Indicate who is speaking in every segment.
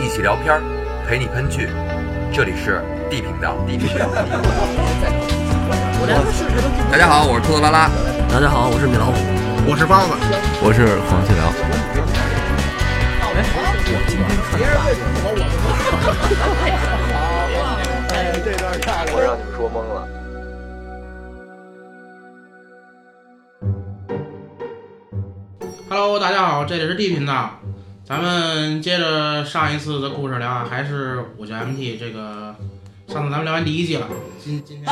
Speaker 1: 一起聊片儿，陪你喷剧。这里是 D 频道，D 频道。大家好，我是兔子拉拉。
Speaker 2: 大家好，我是米老虎。
Speaker 3: 我是包子，
Speaker 4: 我是黄细辽。
Speaker 1: 我让你们说懵了。
Speaker 5: Hello，大家好，这里是 D 频道，咱们接着上一次的故事聊啊，还是五九 MT 这个，上次咱们聊完第一季了，今今天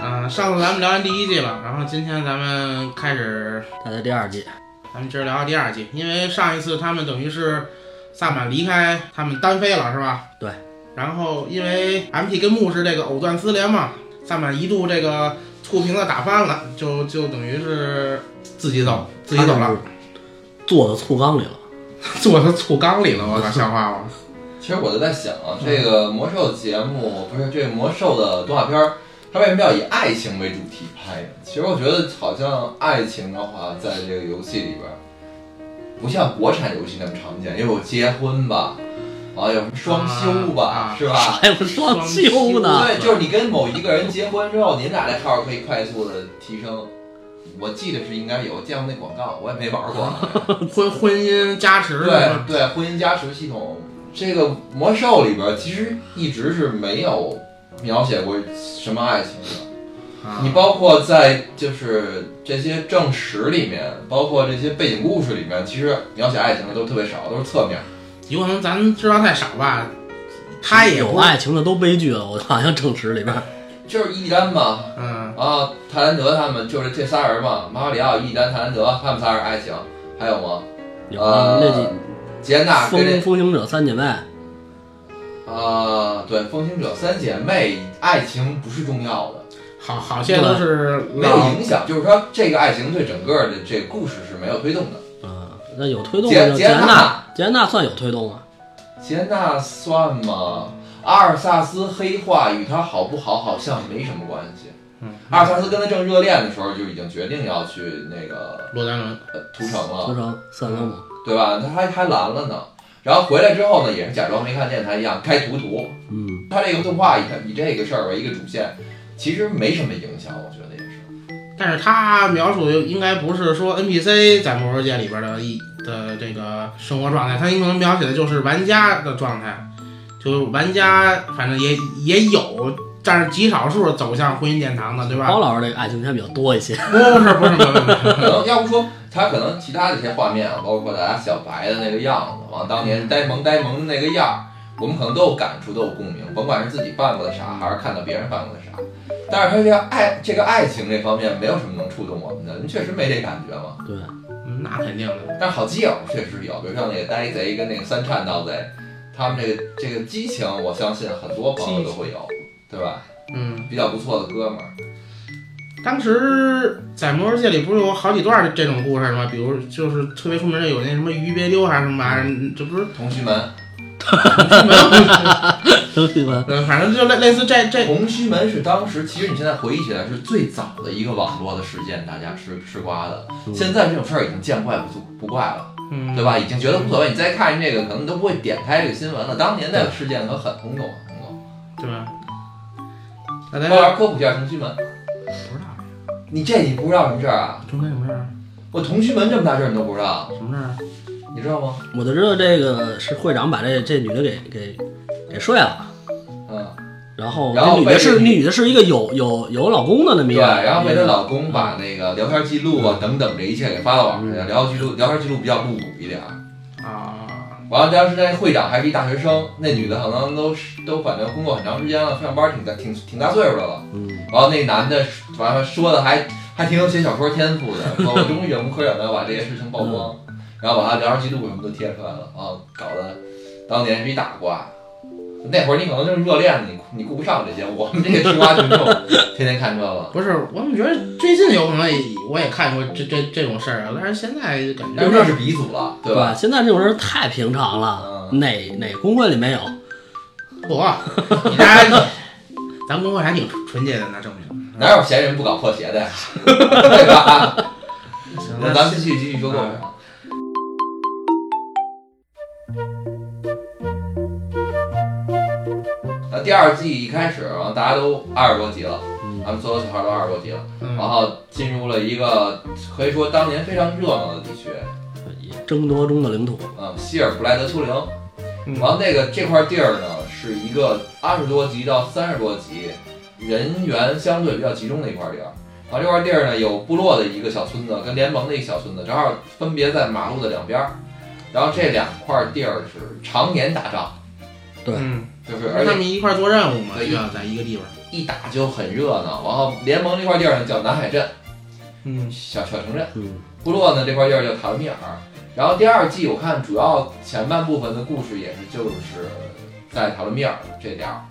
Speaker 5: 嗯、上次咱们聊完第一季了，然后今天咱们开始
Speaker 2: 他的第二季，
Speaker 5: 咱们接着聊聊第二季，因为上一次他们等于是萨满离开，他们单飞了是吧？
Speaker 2: 对。
Speaker 5: 然后因为 MT 跟牧师这个藕断丝连嘛，萨满一度这个醋瓶子打翻了，就就等于是自己走，自己走了，
Speaker 2: 坐到醋缸里了。
Speaker 5: 坐到醋缸里了，我操，像话吗？
Speaker 6: 其实我就在想，啊这个魔兽节目不是这个魔兽的动画片儿，它为什么要以爱情为主题拍呢？其实我觉得好像爱情的话，在这个游戏里边儿，不像国产游戏那么常见，又有结婚吧，啊，有什么双休吧，
Speaker 5: 啊
Speaker 6: 是吧？
Speaker 2: 还有哎双休呢，
Speaker 6: 对，就是你跟某一个人结婚之后，你们俩这号儿可以快速的提升。我记得是应该有，我见过那广告，我也没玩过。啊
Speaker 5: 婚婚姻加持是
Speaker 6: 对
Speaker 5: 吧？
Speaker 6: 对，婚姻加持系统，这个魔兽里边儿其实一直是没有描写过什么爱情的。
Speaker 5: 啊
Speaker 6: 你包括在就是这些正史里面，包括这些背景故事里面，其实描写爱情的都特别少，都是侧面。
Speaker 5: 有可能咱知道太少吧，他也
Speaker 2: 有
Speaker 5: 不是，
Speaker 2: 爱情的都悲剧了。我 好像正史里边，
Speaker 6: 就是伊丹嘛，
Speaker 5: 嗯，
Speaker 6: 啊，泰兰德他们就是这仨人嘛，马里奥、伊丹、泰兰德他们仨人爱情，还有吗？
Speaker 2: 有啊
Speaker 6: 呃
Speaker 2: 那几
Speaker 6: 杰娜
Speaker 2: 风
Speaker 6: 跟这
Speaker 2: 风行者三姐妹，
Speaker 6: 啊、对，风行者三姐妹，爱情不是重要的。
Speaker 5: 好好些都是
Speaker 6: 没有
Speaker 5: 老
Speaker 6: 影响，就是说这个爱情对整个的这个故事是没有推动的。
Speaker 2: 嗯，那有推动
Speaker 6: 杰
Speaker 2: 吗？就
Speaker 6: 杰
Speaker 2: 杰
Speaker 6: 安
Speaker 2: 娜，
Speaker 6: 娜，
Speaker 2: 杰安娜算有推动啊吗？
Speaker 6: 杰安娜算吗？阿尔萨斯黑化与他好不好好像没什么关系。
Speaker 5: 嗯
Speaker 6: 阿尔萨斯跟他正热恋的时候就已经决定要去那个
Speaker 5: 罗丹伦，
Speaker 6: 呃屠城
Speaker 2: 屠
Speaker 6: 了，
Speaker 2: 城三个姆，
Speaker 6: 对吧？他还还拦了呢。然后回来之后呢，也是假装没看见他一样，开图图。
Speaker 2: 嗯，
Speaker 6: 他这个动画以以这个事儿为一个主线，其实没什么影响，我觉得也是。
Speaker 5: 但是他描述的应该不是说 NPC 在魔兽世界里边的一的这个生活状态，他有可能描写的就是玩家的状态，就是玩家反正也也有，但是极少数走向婚姻殿堂的，对吧
Speaker 2: 包？老师这个爱情片比较多一 些。
Speaker 5: 不是不是不是不是，
Speaker 6: 可能要不说他可能其他的一些画面啊，包括大家小白的那个样子，啊，当年呆萌呆萌的那个样儿，我们可能都有感触，都有共鸣，甭管是自己犯过的傻，还是看到别人犯过的傻。但是他这个爱这个爱情这方面没有什么能触动我们的，人确实没这感觉嘛。
Speaker 2: 对，
Speaker 5: 嗯那肯定的，
Speaker 6: 但是好基友确实有，比如像那个呆贼跟那个三颤盗贼，他们这个这个激情，我相信很多朋友都会有，对吧？
Speaker 5: 嗯，
Speaker 6: 比较不错的哥们儿，
Speaker 5: 当时在魔兽世界里不是有好几段这种故事吗？比如就是特别出名的有那什么鱼别溜还是什么玩意儿，这不是
Speaker 6: 同须门，
Speaker 2: 都喜欢。
Speaker 5: 嗯，反正就类类似这这
Speaker 6: 红须门是当时，其实你现在回忆起来是最早的一个网络的事件，大家吃吃瓜的。现在这种事儿已经见怪不足不怪了，
Speaker 5: 嗯
Speaker 6: 对吧？已经觉得无所谓。你再看这个，可能都不会点开这个新闻了。当年那个事件可很轰动，很轰动。
Speaker 5: 对吧？那咱
Speaker 6: 高老师科普一下红须门，
Speaker 5: 不知道
Speaker 6: 你这你不知道什么事儿啊？
Speaker 5: 中间什么事儿？
Speaker 6: 我红须门这么大事儿你都不知道，
Speaker 5: 什么事儿？
Speaker 6: 你知道吗？
Speaker 2: 我就知道这个是会长把这这女的给给给睡了，
Speaker 6: 嗯，
Speaker 2: 然后
Speaker 6: 然后
Speaker 2: 那女的
Speaker 6: 被
Speaker 2: 是
Speaker 6: 这
Speaker 2: 那女的是一个有有有老公的那么一
Speaker 6: 对。
Speaker 2: 个，
Speaker 6: 然后被她老公把那个聊天记录啊等等这一切给发到网上去，聊天记录聊天记录比较露骨一点儿。
Speaker 5: 啊，
Speaker 6: 完了，当时那会长还是一大学生，那女的可能都是都反正工作很长时间了，上班挺大挺挺大岁数的了。
Speaker 2: 嗯，
Speaker 6: 然后那男的完了说的还还挺有写小说天赋的，说我终于忍无可忍了，把这些事情曝光，然后把他聊天记录什么都贴出来了，啊，搞得当年是一大瓜。那会儿你可能就是热恋，你你顾不上这些。我们这些吃瓜群 众天天看这个，
Speaker 5: 不是，我怎么觉得最近有可能也我也看过这这这种事儿啊，但是现在感觉
Speaker 6: 但是这是鼻祖了，对
Speaker 2: 对
Speaker 6: 吧？
Speaker 2: 吧？现在这种事儿太平常了，
Speaker 6: 嗯
Speaker 2: 哪哪工会里没有？
Speaker 5: 嚯，啊你家咱公会还挺纯洁的，那证明。
Speaker 6: 哪有闲人不搞破鞋的呀？ 对吧？
Speaker 5: 行，
Speaker 6: 那
Speaker 5: 那
Speaker 6: 咱们继续继续说过程。那第二季一开始，然后大家都二十多集了，咱们所有小孩都二十多集了，
Speaker 5: 嗯
Speaker 6: 然后进入了一个可以说当年非常热闹的地区，
Speaker 2: 争夺中的领土，
Speaker 6: 嗯，希尔布莱德丘陵。
Speaker 5: 嗯
Speaker 6: 然后那个这块地儿呢，是一个二十多级到三十多级，人员相对比较集中的一块地儿。然后这块地儿呢，有部落的一个小村子跟联盟的一个小村子，正好分别在马路的两边儿。然后这两块地儿是常年打仗，
Speaker 5: 嗯，
Speaker 6: 就是而
Speaker 5: 他
Speaker 6: 且
Speaker 5: 们一块儿做任务嘛，
Speaker 6: 对
Speaker 5: 需要在一个地方。
Speaker 6: 一打就很热闹。然后联盟这块地儿呢叫南海镇，
Speaker 5: 嗯，
Speaker 6: 小小城镇。
Speaker 2: 嗯，
Speaker 6: 部落呢这块地儿叫塔伦米尔。然后第二季我看主要前半部分的故事也是就是在塔伦米尔这点儿，嗯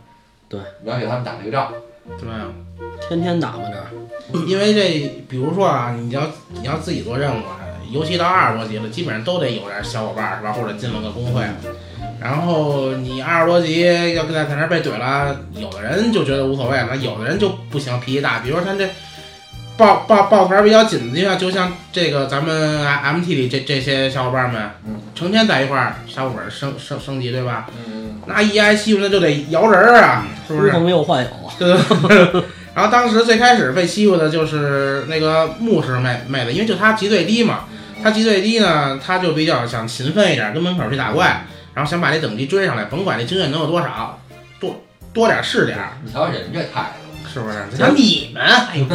Speaker 2: 对，
Speaker 6: 描写他们打这个仗。
Speaker 5: 对啊，
Speaker 2: 天天打嘛这儿，
Speaker 5: 因为这，比如说啊，你要你要自己做任务啊，尤其到二十多级了，基本上都得有点小伙伴儿是吧，或者进了个工会。然后你二十多级要跟在在那儿被怼了，有的人就觉得无所谓了，有的人就不行，脾气大。比如说他这抱抱抱团比较紧的地方，就像这个咱们啊 M T 里这这些小伙伴们，
Speaker 6: 嗯
Speaker 5: 成天在一块儿，小伙伴升升升级对吧？
Speaker 6: 嗯，
Speaker 5: 那一挨欺负那就得摇人儿啊，是
Speaker 2: 呼
Speaker 5: 不是？
Speaker 2: 朋又唤友，啊
Speaker 5: 对对对。然后当时最开始被欺负的就是那个牧师妹妹子，因为就她级最低嘛，她级最低呢，她就比较想勤奋一点，跟门口去打怪，然后想把这等级追上来，甭管这经验能有多少，多 多点儿是点儿，
Speaker 6: 你瞧人这态度，
Speaker 5: 是不是？像你们，哎呦，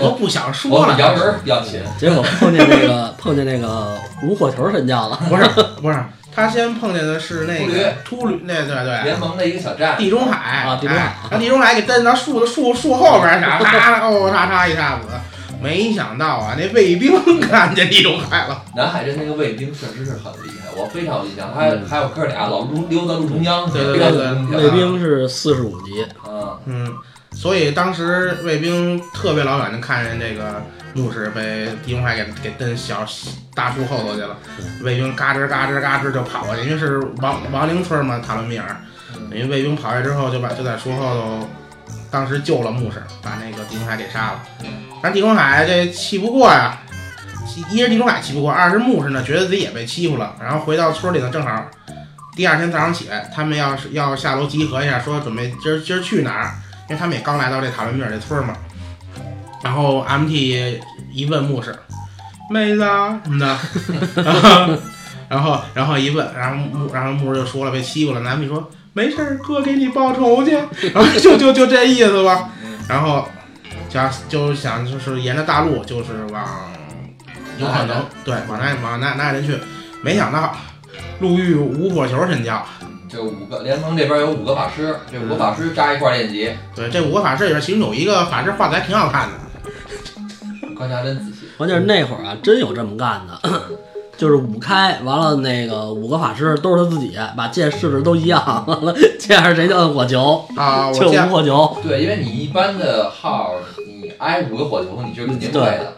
Speaker 5: 我不想说
Speaker 6: 我
Speaker 5: 了
Speaker 6: 比，洋人儿比较勤，
Speaker 2: 结果碰见那个碰见那个无火球神 将了，
Speaker 5: 不是 不是，他先碰见的是那
Speaker 6: 秃驴
Speaker 5: 个秃驴，那对对，
Speaker 6: 联盟的一个小站，
Speaker 5: 地中海
Speaker 2: 啊地中海
Speaker 5: 哎然后地中海给蹬到树的 树树后边儿去了，咔哦嚓嚓一下子，没想到啊，那卫兵 看见地中海了，
Speaker 6: 南海镇那个卫兵确实是很厉害，我非常有印象。还还有哥俩老溜溜达路中央去，
Speaker 5: 嗯对
Speaker 6: 非
Speaker 5: 对
Speaker 6: 常有
Speaker 5: 对
Speaker 6: 印
Speaker 5: 对
Speaker 2: 卫
Speaker 6: 象。
Speaker 2: 兵是四十五级，
Speaker 6: 啊嗯，
Speaker 5: 嗯，所以当时卫兵特别老远就看见这个牧师被地中海给给蹬小大树后头去了，卫兵嘎吱嘎吱嘎吱就跑过去，因为是亡亡灵村嘛，塔伦米尔，
Speaker 6: 嗯
Speaker 5: 等于卫兵跑过去之后就把就在树后头。当时救了牧师，把那个地中海给杀了。但地中海这气不过呀、气一是地中海气不过，二是牧师呢觉得自己也被欺负了，然后回到村里呢，正好第二天早上起来，他们要是要下楼集合一下，说准备今儿今儿去哪儿，因为他们也刚来到这塔伦米尔这村儿嘛。然后 MT 一问牧师，妹子啊什么的，然后然后然后一问，然后牧然后牧师就说了被欺负了，男 t 说没事儿，哥给你报仇去，然后就就就这意思吧。然后想就想就是沿着大路就是往有可能对往那往那那人去，没想到路遇无火球神教。
Speaker 6: 这五个联盟这边有五个法师，这五个法师扎一块练级，
Speaker 5: 对，这五个法师里边，其中有一个法师画的还挺好看的，
Speaker 6: 观察真仔细。
Speaker 2: 关键是那会儿啊，真有这么干的， 就是五开完了，那个五个法师都是他自己把剑试试都一样，完了见着谁就摁火球，
Speaker 5: 啊，
Speaker 2: 就
Speaker 5: 我
Speaker 2: 无
Speaker 5: 见
Speaker 2: 火球，
Speaker 6: 对，因为你一般的号，你挨五个火球，你就是肯定会的。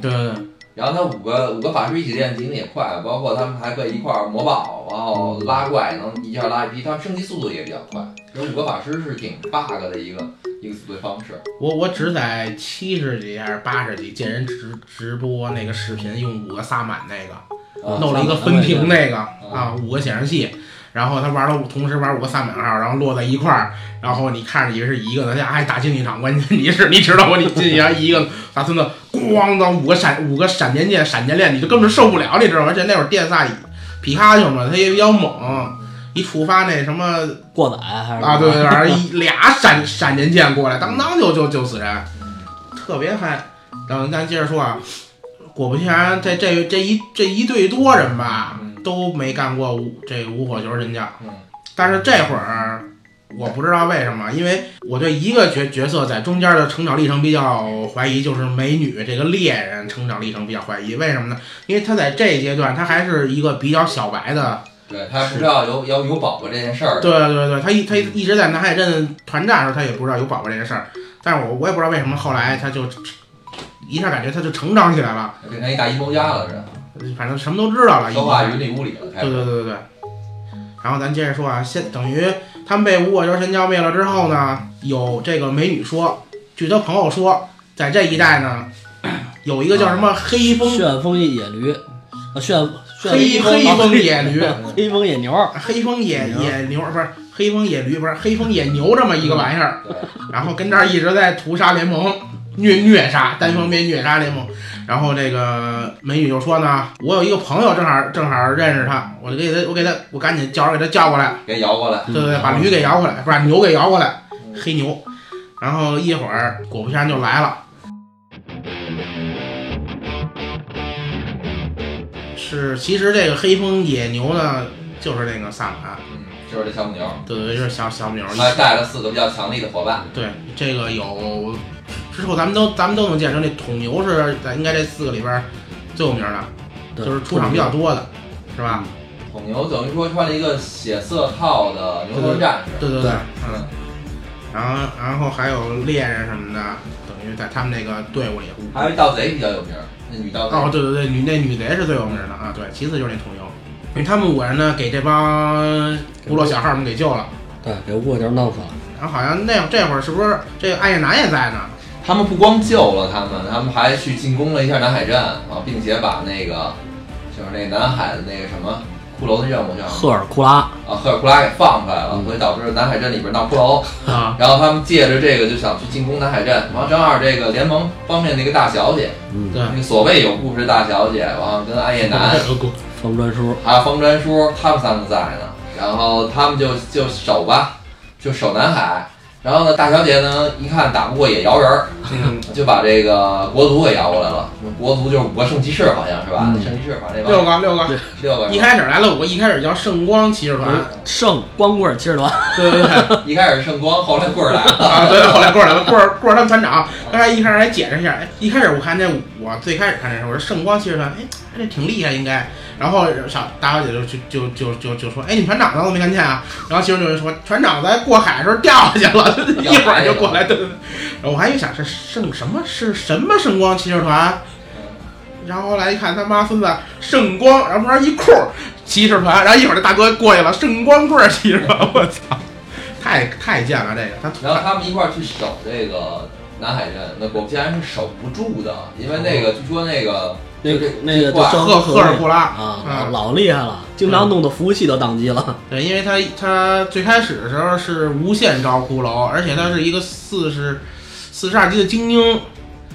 Speaker 5: 对对对，
Speaker 6: 然后他五个五个法师一起练级，你也快，包括他们还可以一块儿魔宝，然后拉怪，能一下拉一批，他们升级速度也比较快。这五个法师是挺 bug 的一个一个组队方式。
Speaker 5: 我我只在七十级还是八十级见人直直播那个视频，用五个萨满那个，
Speaker 6: 啊
Speaker 5: 弄了一个分屏那个啊，五个显示器，然后他玩了五同时玩五个萨满号，然后落在一块儿，然后你看着以为是一个呢，他还打进一场关键，你是你知道吗？你进一场一个大孙子，咣当五个闪五个闪电剑闪电链，你就根本受不了，你知道吗？而且那会儿电萨皮卡丘嘛，他也比较猛。一触发那什么
Speaker 2: 过载还是
Speaker 5: 啊，对对，反正一俩闪闪电剑过来，当当就就就死人。特别嗨。然后咱接着说啊，果不其然，这这这一这一队多人吧
Speaker 6: 嗯，
Speaker 5: 都没干过无这无火球神将。
Speaker 6: 嗯
Speaker 5: 但是这会儿我不知道为什么，因为我对一个角角色在中间的成长历程比较怀疑，就是美女这个猎人成长历程比较怀疑。为什么呢？因为她在这一阶段，她还是一个比较小白的
Speaker 6: 对他不知道有要有宝宝这件事儿，嗯
Speaker 5: 对啊对对，他一他一直在南海镇团战的时候，他也不知道有宝宝这个事儿，但是我我也不知道为什么后来他就一下感觉他就成长起来了，
Speaker 6: 变成一大阴谋家了是
Speaker 5: 反正什么都知道了，
Speaker 6: 吧？
Speaker 5: 已
Speaker 6: 说
Speaker 5: 经
Speaker 6: 话云里雾里了，开
Speaker 5: 对
Speaker 6: 始
Speaker 5: 对对对对。然后咱接着说啊，先等于他们被吴果教神教灭了之后呢，有这个美女说，据他朋友说，在这一带呢，有一个叫什
Speaker 6: 啊
Speaker 5: 么黑风、
Speaker 2: 旋风野驴，啊，旋旋
Speaker 5: 黑黑风野驴、
Speaker 2: 黑风野牛，
Speaker 5: 黑风野野牛不是黑风野驴不是黑风野牛这么一个玩意儿，
Speaker 6: 对，
Speaker 5: 然后跟这儿一直在屠杀联盟，虐虐杀，单方面虐杀联盟。然后这个美女就说呢，我有一个朋友正好正好认识他，我就给他我给他我赶紧叫人给他叫过来，
Speaker 6: 给摇过来，
Speaker 2: 嗯
Speaker 5: 对对，对，把驴给摇过来，不是把牛给摇过来，黑牛。然后一会儿果不其然就来了，是其实这个黑风野牛呢，就是那个萨满，
Speaker 6: 嗯，就是这小母牛，
Speaker 5: 对对，对就是小小牛，
Speaker 6: 他带了四个比较强力的伙伴，
Speaker 5: 对，这个有之后咱们都咱们都能见成，这桶牛是在应该这四个里边儿最有名的，
Speaker 2: 对
Speaker 5: 就是出场比较多的，是吧？
Speaker 6: 红牛等于说穿了一个血色套的牛头战士，
Speaker 5: 对对对
Speaker 2: 对，
Speaker 5: 嗯。然后然后还有猎人什么的，等于在他们那个队伍里。
Speaker 6: 还有一盗贼比较有名，那女盗贼，
Speaker 5: 哦，对对对，女那女贼是最有名的啊，对，其次就是那桶牛。因为他们五个人呢，给这帮部落小号们给救了，
Speaker 2: 对，给吴果牛弄死了。
Speaker 5: 然后好像那这会儿是不是这个艾叶南也在呢？
Speaker 6: 他们不光救了他们，他们还去进攻了一下南海镇啊，并且把那个就是那南海的那个什么骷髅的任务叫什么
Speaker 2: 赫尔库拉，
Speaker 6: 啊，赫尔库拉给放出来了，
Speaker 2: 嗯
Speaker 6: 所以导致南海镇里边闹骷髅。
Speaker 5: 啊，
Speaker 6: 然后他们借着这个就想去进攻南海镇，然后正好这个联盟方面的一个大小姐，
Speaker 2: 嗯，
Speaker 5: 对，
Speaker 6: 那个所谓有故事的大小姐，然后跟暗夜男
Speaker 2: 方专书，
Speaker 6: 还有方专叔他们三个在呢，然后他们就就守吧，就守南海。然后呢，大小姐呢一看打不过也摇人儿，
Speaker 5: 嗯，
Speaker 6: 就把这个国足给摇过来了。国足就是五个圣骑士，好像是吧？
Speaker 2: 嗯
Speaker 6: 圣骑士把这帮
Speaker 5: 六个六个，
Speaker 6: 六个人
Speaker 5: 一开始来了，我一开始叫圣光骑士团，
Speaker 2: 圣光棍七十多，
Speaker 5: 对对对，
Speaker 6: 一开始圣光，后来棍儿来了。
Speaker 5: 啊对，后来过来了，过来过来他们团长，刚才一开始还解释一下，哎，一开始我看这我最开始看这时候，我说圣光骑士团，哎，这挺厉害应该，然后小大小姐就就就就就就说，哎，你们团长呢？我没看见啊，然后其中有人说船长在过海的时候掉下去了， 一会儿就过来，对对对，然后我还一想是圣什么是什么圣光骑士团，然后后来一看他妈孙子圣光，然后旁边一库骑士团，然后一会儿这大哥过去了，圣光棍儿骑士团，我操，太太贱了这个，他
Speaker 6: 然后他们一块儿去守这个南海镇，那果不其然是守不住的，因为那
Speaker 5: 哦
Speaker 6: 个据说那个
Speaker 2: 那
Speaker 6: 就
Speaker 2: 个
Speaker 6: 这
Speaker 2: 那个
Speaker 6: 这块儿
Speaker 2: 叫
Speaker 5: 赫赫尔库拉，
Speaker 2: 啊，
Speaker 5: 啊
Speaker 2: 老老厉害了，经常弄得服务器都宕机了。
Speaker 5: 对，因为他他最开始的时候是无限招骷髅，而且他是一个四十四十二级的精英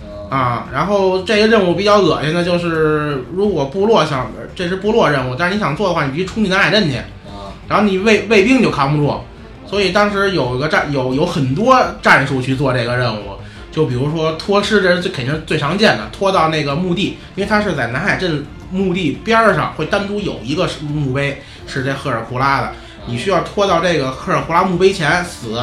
Speaker 6: 嗯
Speaker 5: 啊。然后这个任务比较恶心的就是，如果部落想这是部落任务，但是你想做的话，你必须冲进南海镇去，
Speaker 6: 啊
Speaker 5: 然后你卫卫兵就扛不住。所以当时有一个战有有很多战术去做这个任务，就比如说拖尸，这是最肯定是最常见的，拖到那个墓地，因为它是在南海镇墓地边儿上，会单独有一个墓碑是这赫尔库拉的，
Speaker 6: 啊
Speaker 5: 你需要拖到这个赫尔胡拉墓碑前死，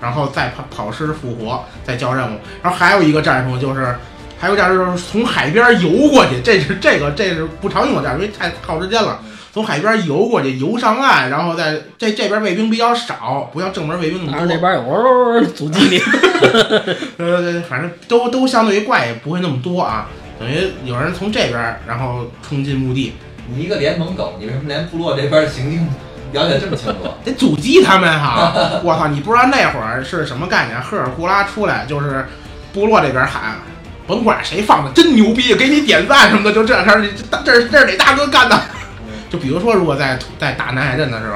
Speaker 5: 然后再跑跑尸复活，再交任务。然后还有一个战术就是，还有一个战术就是从海边游过去，这是这个这是不常用的战术，因为太耗时间了。从海边游过去，游上岸，然后在这这边卫兵比较少，不像正门卫兵那
Speaker 2: 但
Speaker 5: 么
Speaker 2: 是那
Speaker 5: 多。
Speaker 2: 边有嗷阻击 你，
Speaker 5: 对对对，呃反正都都相对于怪也不会那么多啊。等于有人从这边，然后冲进墓地，
Speaker 6: 啊你一个联盟狗，你为什么连部落这边的行径了解这么清楚？
Speaker 5: 得阻击他们哈！我操，你不知道那会儿是什么概念？赫尔库拉出来就是部落这边喊，甭管谁放的，真牛逼，给你点赞什么的，就这事儿，这这是这是哪大哥干的？就比如说，如果在在打南海镇的时候，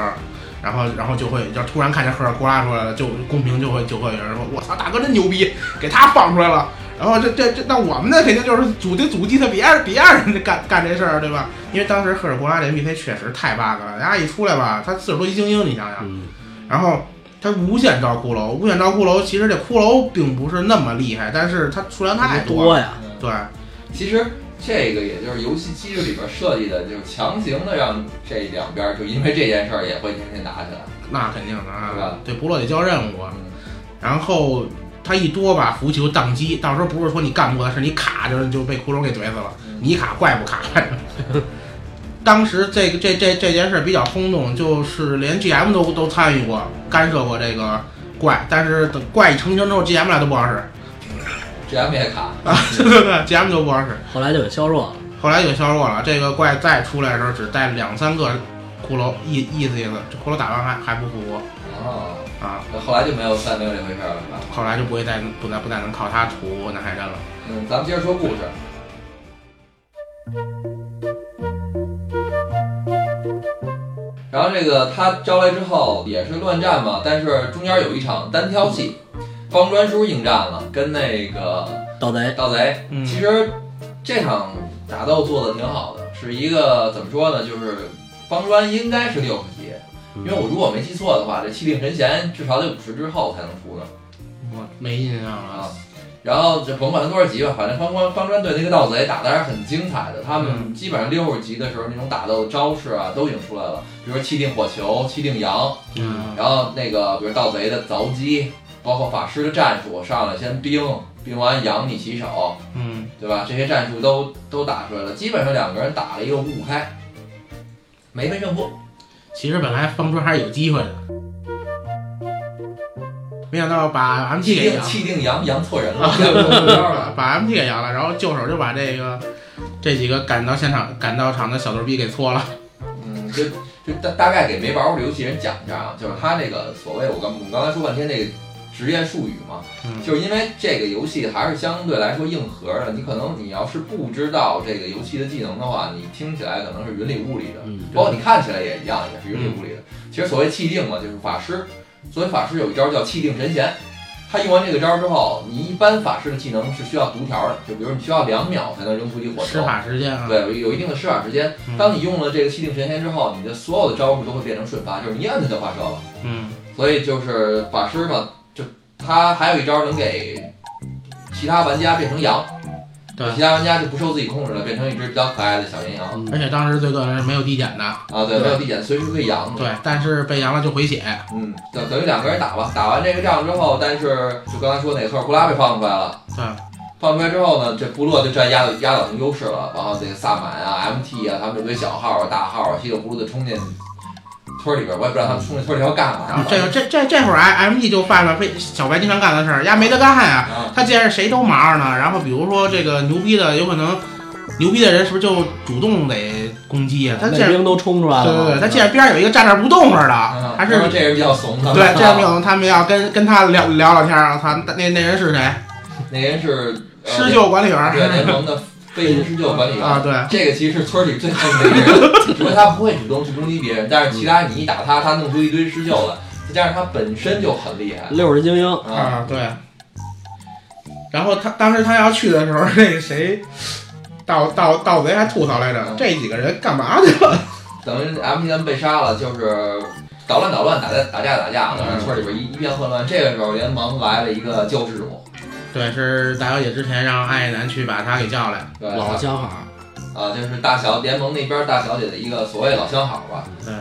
Speaker 5: 然后然后就会就突然看见赫尔库拉出来了，就公屏就会就会有人说，我操，大哥真牛逼，给他放出来了。然后这这这，那我们呢肯定就是阻得阻击他别别让人干干这事儿，对吧？因为当时赫尔库拉这 NPC 确实太 bug 了，人家一出来吧，他四十多级精英，你想想，
Speaker 2: 嗯
Speaker 5: 然后他无限招骷髅，无限招骷髅，其实这骷髅并不是那么厉害，但是他数量太
Speaker 2: 多
Speaker 5: 了。
Speaker 2: 呀，
Speaker 5: 对，
Speaker 6: 其实这个也就是游戏机制里边设计的，就是强行的让这两边就因为这件事儿也会天天打起来。
Speaker 5: 那肯定的
Speaker 6: 是
Speaker 5: 啊
Speaker 6: 吧，
Speaker 5: 对，部落得交任务，
Speaker 6: 嗯
Speaker 5: 然后他一多吧，服务器就宕机，到时候不是说你干不过，是你卡就就被骷髅给怼死了，
Speaker 6: 嗯
Speaker 5: 你卡怪不卡？当时这个这这这件事儿比较轰动，就是连 GM 都都参与过，干涉过这个怪，但是等怪一成型之后，GM 俩都不好使
Speaker 6: ，GM 也卡，
Speaker 5: 啊， 对对对，GM 都不好使。
Speaker 2: 后来就给削弱了。
Speaker 5: 后来就削弱了。这个怪再出来的时候，只带两三个骷髅，意意思意思，这骷髅打完还还不复活
Speaker 6: 哦，
Speaker 5: 啊。
Speaker 6: 那后来就没有再没有这回事儿了，是吧？
Speaker 5: 后来就不会再不再不再能靠它屠南海战了。
Speaker 6: 嗯，咱们接着说故事。然后这个他招来之后也是乱战嘛，但是中间有一场单挑戏，方专书应战了，跟那个
Speaker 2: 盗贼
Speaker 6: 盗贼。
Speaker 5: 嗯
Speaker 6: 其实这场打斗做的挺好的，是一个怎么说呢，就是方专应该是六十级，因为我如果没记错的话，这气定神闲至少得五十之后才能出呢。
Speaker 5: 我没印象
Speaker 6: 啊
Speaker 5: 了。。
Speaker 6: 然后就甭管他多少级吧，反正方官方专对那个盗贼打的还是很精彩的。他们基本上六十级的时候，那种打斗招式啊都已经出来了，比如说气定火球、气定阳，
Speaker 5: 嗯，
Speaker 6: 然后那个比如盗贼的凿击，包括法师的战术，上来先冰，冰完阳你起手，
Speaker 5: 嗯，
Speaker 6: 对吧？这些战术都都打出来了，基本上两个人打了一个五五开，没分胜负。
Speaker 5: 其实本来方春还是有机会的，没想到把 MT
Speaker 6: 气
Speaker 5: 给
Speaker 6: 定
Speaker 5: 咬
Speaker 6: 气定阳阳错人 了，阳错目标
Speaker 5: 了，
Speaker 6: 了。
Speaker 5: 把 MT 给咬了，然后旧手就把这个这几个赶到现场赶到场的小逗逼给搓了。
Speaker 6: 嗯，就就大大概给没玩过这游戏人讲一下啊，就是他这个所谓我刚我们刚才说半天这个职业术语嘛，
Speaker 5: 嗯
Speaker 6: 就是因为这个游戏还是相对来说硬核的，你可能你要是不知道这个游戏的技能的话，你听起来可能是云里雾里的，
Speaker 2: 嗯，
Speaker 5: 哦
Speaker 6: 包括你看起来也一样，也是云里雾里的。其实所谓气定嘛，就是法师，所以法师有一招叫气定神闲。他用完这个招之后，你一般法师的技能是需要读条的，就比如你需要两秒才能扔出一火
Speaker 5: 施
Speaker 6: 球，
Speaker 5: 法时间啊，
Speaker 6: 对，有有一定的施法时间。
Speaker 5: 嗯
Speaker 6: 当你用了这个气定神闲之后，你的所有的招数都会变成瞬发，就是你一摁它就发射了。
Speaker 5: 嗯
Speaker 6: 所以就是法师嘛，就他还有一招能给其他玩家变成羊，
Speaker 5: 对
Speaker 6: 其他玩家就不受自己控制了，变成一只比较可爱的小绵羊
Speaker 5: 而且当时最个是没有地点的，
Speaker 6: 啊，对，
Speaker 5: 对
Speaker 6: 没有地点，随时可以羊的。
Speaker 5: 对，但是被阳了就回血。
Speaker 6: 嗯，等等于两个人打吧，打完这个仗之后，但是就刚才说那赫尔布拉被放出来了。
Speaker 5: 对，
Speaker 6: 放出来之后呢，这部落就占压倒压倒性优势了。然后这个萨满啊、MT 啊，他们这堆小号啊、大号啊，稀里糊涂的冲进村里边，我也不知道他们冲进村里要干嘛。
Speaker 5: 嗯啊这个这这这会儿 M M E 就犯了被小白经常干的事儿，丫没得干呀、
Speaker 6: 啊，
Speaker 5: 他既然是谁都忙着呢，然后比如说这个牛逼的，有可能牛逼的人是不是就主动得攻击呀、他既
Speaker 2: 那
Speaker 5: 然
Speaker 2: 兵都冲出来
Speaker 5: 对
Speaker 2: 了。啊
Speaker 5: 对对，他既然边上有一个站那儿不动似的，还
Speaker 6: 还
Speaker 5: 是
Speaker 6: 嗯这人比较怂的。
Speaker 5: 对，这样没有他们要跟跟他聊聊聊天儿，啊他那那人是谁？
Speaker 6: 那人是呃
Speaker 5: 施救管理员儿
Speaker 6: 对联盟的飞行施救管理员。
Speaker 5: 啊，对，
Speaker 6: 这个其实是村里最恨的一个人，只不过他不会主动去攻击别人，但是其他你一打他，他弄出一堆施救来，再加上他本身就很厉害
Speaker 2: 六十精英，
Speaker 6: 啊。
Speaker 5: 啊对。然后他当时他要去的时候，那个谁，盗盗盗贼还吐槽来
Speaker 6: 嗯
Speaker 5: 着，这几个人干嘛去了？
Speaker 6: 等于 M T M 被杀了，就是捣乱捣乱，打架打架打架了，然后村里边一一片混乱。这个时候联盟来了一个救世主，
Speaker 5: 对，是大小姐之前让爱男去把他给叫来，
Speaker 6: 对，
Speaker 2: 老相好，
Speaker 6: 啊，就是大小联盟那边大小姐的一个所谓老相好吧。
Speaker 5: 对，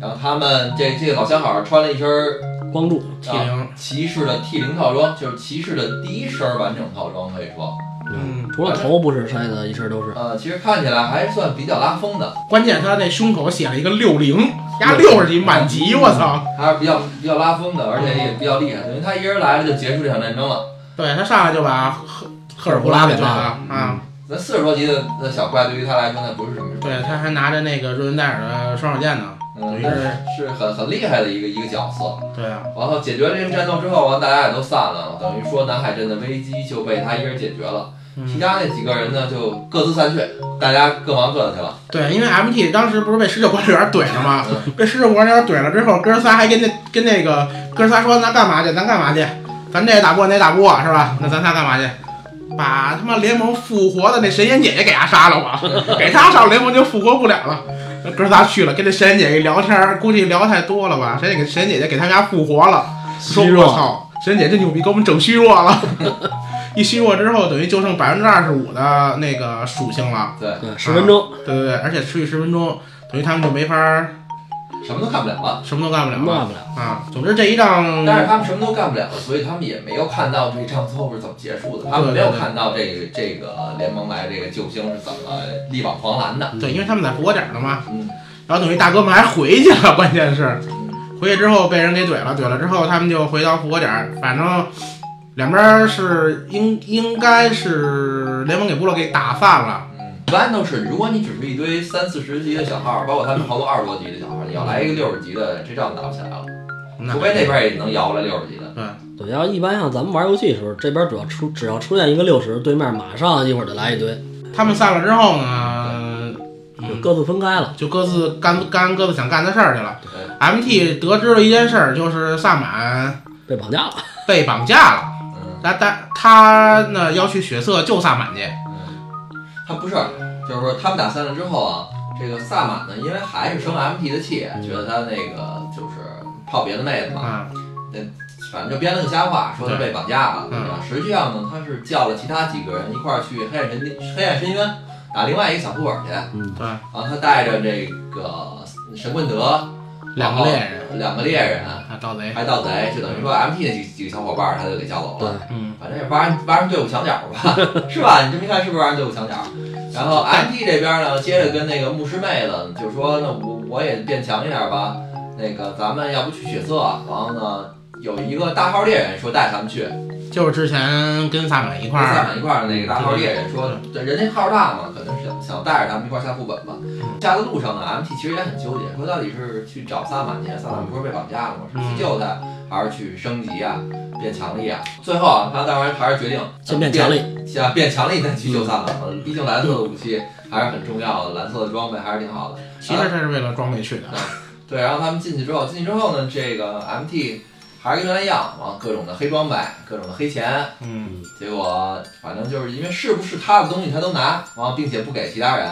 Speaker 6: 然后他们这这个老相好穿了一身儿
Speaker 2: 光柱，
Speaker 5: 七零，
Speaker 6: 骑士的 T 零套装，就是骑士的第一身完整套装，可以说，
Speaker 5: 嗯
Speaker 2: 除了头不是筛子，一身都是。
Speaker 6: 呃，其实看起来还是算比较拉风的，
Speaker 5: 关键他那胸口写了一个六零，压六十级满级，我操！
Speaker 6: 还是比较比较拉风的，而且也比较厉害，等于他一人来了就结束这场战争了。
Speaker 5: 对他上来就把赫赫尔布拉给抓了啊！
Speaker 6: 那四十多级的的小怪对于他来说那不是什么事，
Speaker 5: 对，他还拿着那个瑞文戴尔的双手剑呢。
Speaker 6: 嗯，但是是很很厉害的一个一个角色。
Speaker 5: 对啊，
Speaker 6: 然后解决了这个战斗之后，完大家也都散了，等于说南海镇的危机就被他一人解决了，其
Speaker 5: 嗯，
Speaker 6: 他那几个人呢就各自散去，大家各忙各的去了。
Speaker 5: 对，因为 MT 当时不是被施救管理员怼了吗？
Speaker 2: 嗯
Speaker 5: 被施救管理员怼了之后，哥仨还跟那跟那个哥仨说，咱干嘛去？咱干嘛去？咱这也打不过，那也打不过，是吧？那咱仨干嘛去？把他妈联盟复活的那神仙姐姐给他杀了吧，
Speaker 2: 嗯
Speaker 5: 给他上联盟就复活不了了。那哥仨去了，跟那神仙姐姐聊天儿，估计聊太多了吧？神仙给神仙姐姐给他们家复活了。说
Speaker 2: 虚
Speaker 5: 我
Speaker 2: 弱，
Speaker 5: 操，神姐这牛逼，给我们整虚弱了。 一虚弱之后，等于就剩百分之二十五的那个属性了，
Speaker 6: 对，
Speaker 5: 啊
Speaker 2: 对，十分钟，
Speaker 5: 对对对，而且持续十分钟，等于他们就没法儿
Speaker 6: 什么都干不了了。
Speaker 5: 什么都干不了
Speaker 2: 什么
Speaker 5: 了
Speaker 2: 干不了。
Speaker 5: 啊。总之这一仗，
Speaker 6: 但是他们什么都干不了，所以他们也没有看到这仗最后是怎么结束的，他们没有看到这个这个联盟来这个救星是怎么力挽狂澜的。
Speaker 5: 对，因为他们在活点儿呢嘛，
Speaker 6: 嗯，
Speaker 5: 然后等于大哥们还回去了， 关键是回去之后被人给怼了，怼了之后他们就回到复活点儿，反正两边儿是应应该是联盟给部落给打散了，
Speaker 6: 一般都是，如果你只是一堆三四十级的小号，包括他们好多二十多级的小号，你要来一个六十级的，这仗打不起来了，
Speaker 5: 那
Speaker 6: 除非那边也能摇来六十级的。
Speaker 2: 对，要一般像咱们玩游戏的时候，这边只要出只要出现一个六十，对面马上一会儿就来一堆，
Speaker 5: 他们散了之后呢，
Speaker 2: 就
Speaker 5: 嗯，
Speaker 2: 各自分开了。
Speaker 5: 就各自干干各自想干的事儿去了
Speaker 6: 对。
Speaker 5: MT 得知了一件事儿，就是萨满
Speaker 2: 被绑架了，
Speaker 5: 被绑架了，
Speaker 6: 嗯，
Speaker 5: 他他他呢要去血色救萨满去，
Speaker 6: 嗯他不是，就是说他们打散了之后啊，这个萨满呢，因为还是生 MT 的气，觉得他那个就是泡别的妹子嘛，
Speaker 5: 啊，
Speaker 6: 反正就编了个瞎话，说他被绑架了。
Speaker 5: 对
Speaker 6: 吧实际上呢，他是叫了其他几个人一块儿去黑暗神地黑暗深渊打另外一个小副本去。
Speaker 2: 嗯
Speaker 5: 对
Speaker 6: 然后他带着这个神棍德
Speaker 5: 两个猎人
Speaker 6: 两个猎人，
Speaker 5: 啊，盗贼，
Speaker 6: 还盗贼，就等于说 MT 那几几个小伙伴儿他就给叫走
Speaker 2: 对
Speaker 6: 了。，
Speaker 5: 嗯，
Speaker 6: 反正也挖人挖人队伍墙角吧， 是吧？你这么一看，是不是挖人队伍墙角？然后 MT 这边呢，接着跟那个牧师妹子就说，那我我也变强一点吧，那个咱们要不去血色？然后呢，有一个大号猎人说带他们去，
Speaker 5: 就是之前跟萨满一块
Speaker 6: 跟萨
Speaker 5: 儿，
Speaker 6: 满一块儿的那个大号猎人说，对，人家号大嘛，可能是想想带着他们一块儿下副本嘛。下的路上呢，MT 其实也很纠结，说到底是去找萨满去，萨满不是被绑架了吗？是去救他，还是去升级啊，变强力啊？最后啊，他当然还是决定
Speaker 2: 先变强力，
Speaker 6: 下变强力再去救萨满了。毕竟蓝色的武器还是很重要的，蓝色的装备还是挺好的。
Speaker 5: 其实他是为了装备去的，
Speaker 6: 对，然后他们进去之后，进去之后呢，这个 MT 还是跟原来一样，啊，各种的黑装备，各种的黑钱，
Speaker 5: 嗯，
Speaker 6: 结果反正就是因为是不是他的东西他都拿，然后并且不给其他人，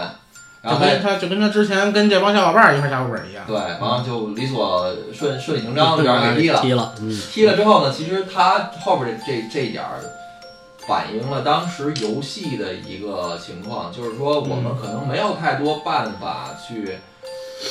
Speaker 6: 然
Speaker 5: 就
Speaker 6: 后他
Speaker 5: 跟他就跟他之前跟这帮小伙伴儿一块儿下副本一样，
Speaker 6: 对，然后就理所顺顺理成章 的让人给踢了。
Speaker 2: 踢了，嗯，
Speaker 6: 踢了之后呢，其实他后边这这这一点儿反映了当时游戏的一个情况，就是说我
Speaker 2: 嗯
Speaker 6: 们可能没有太多办法去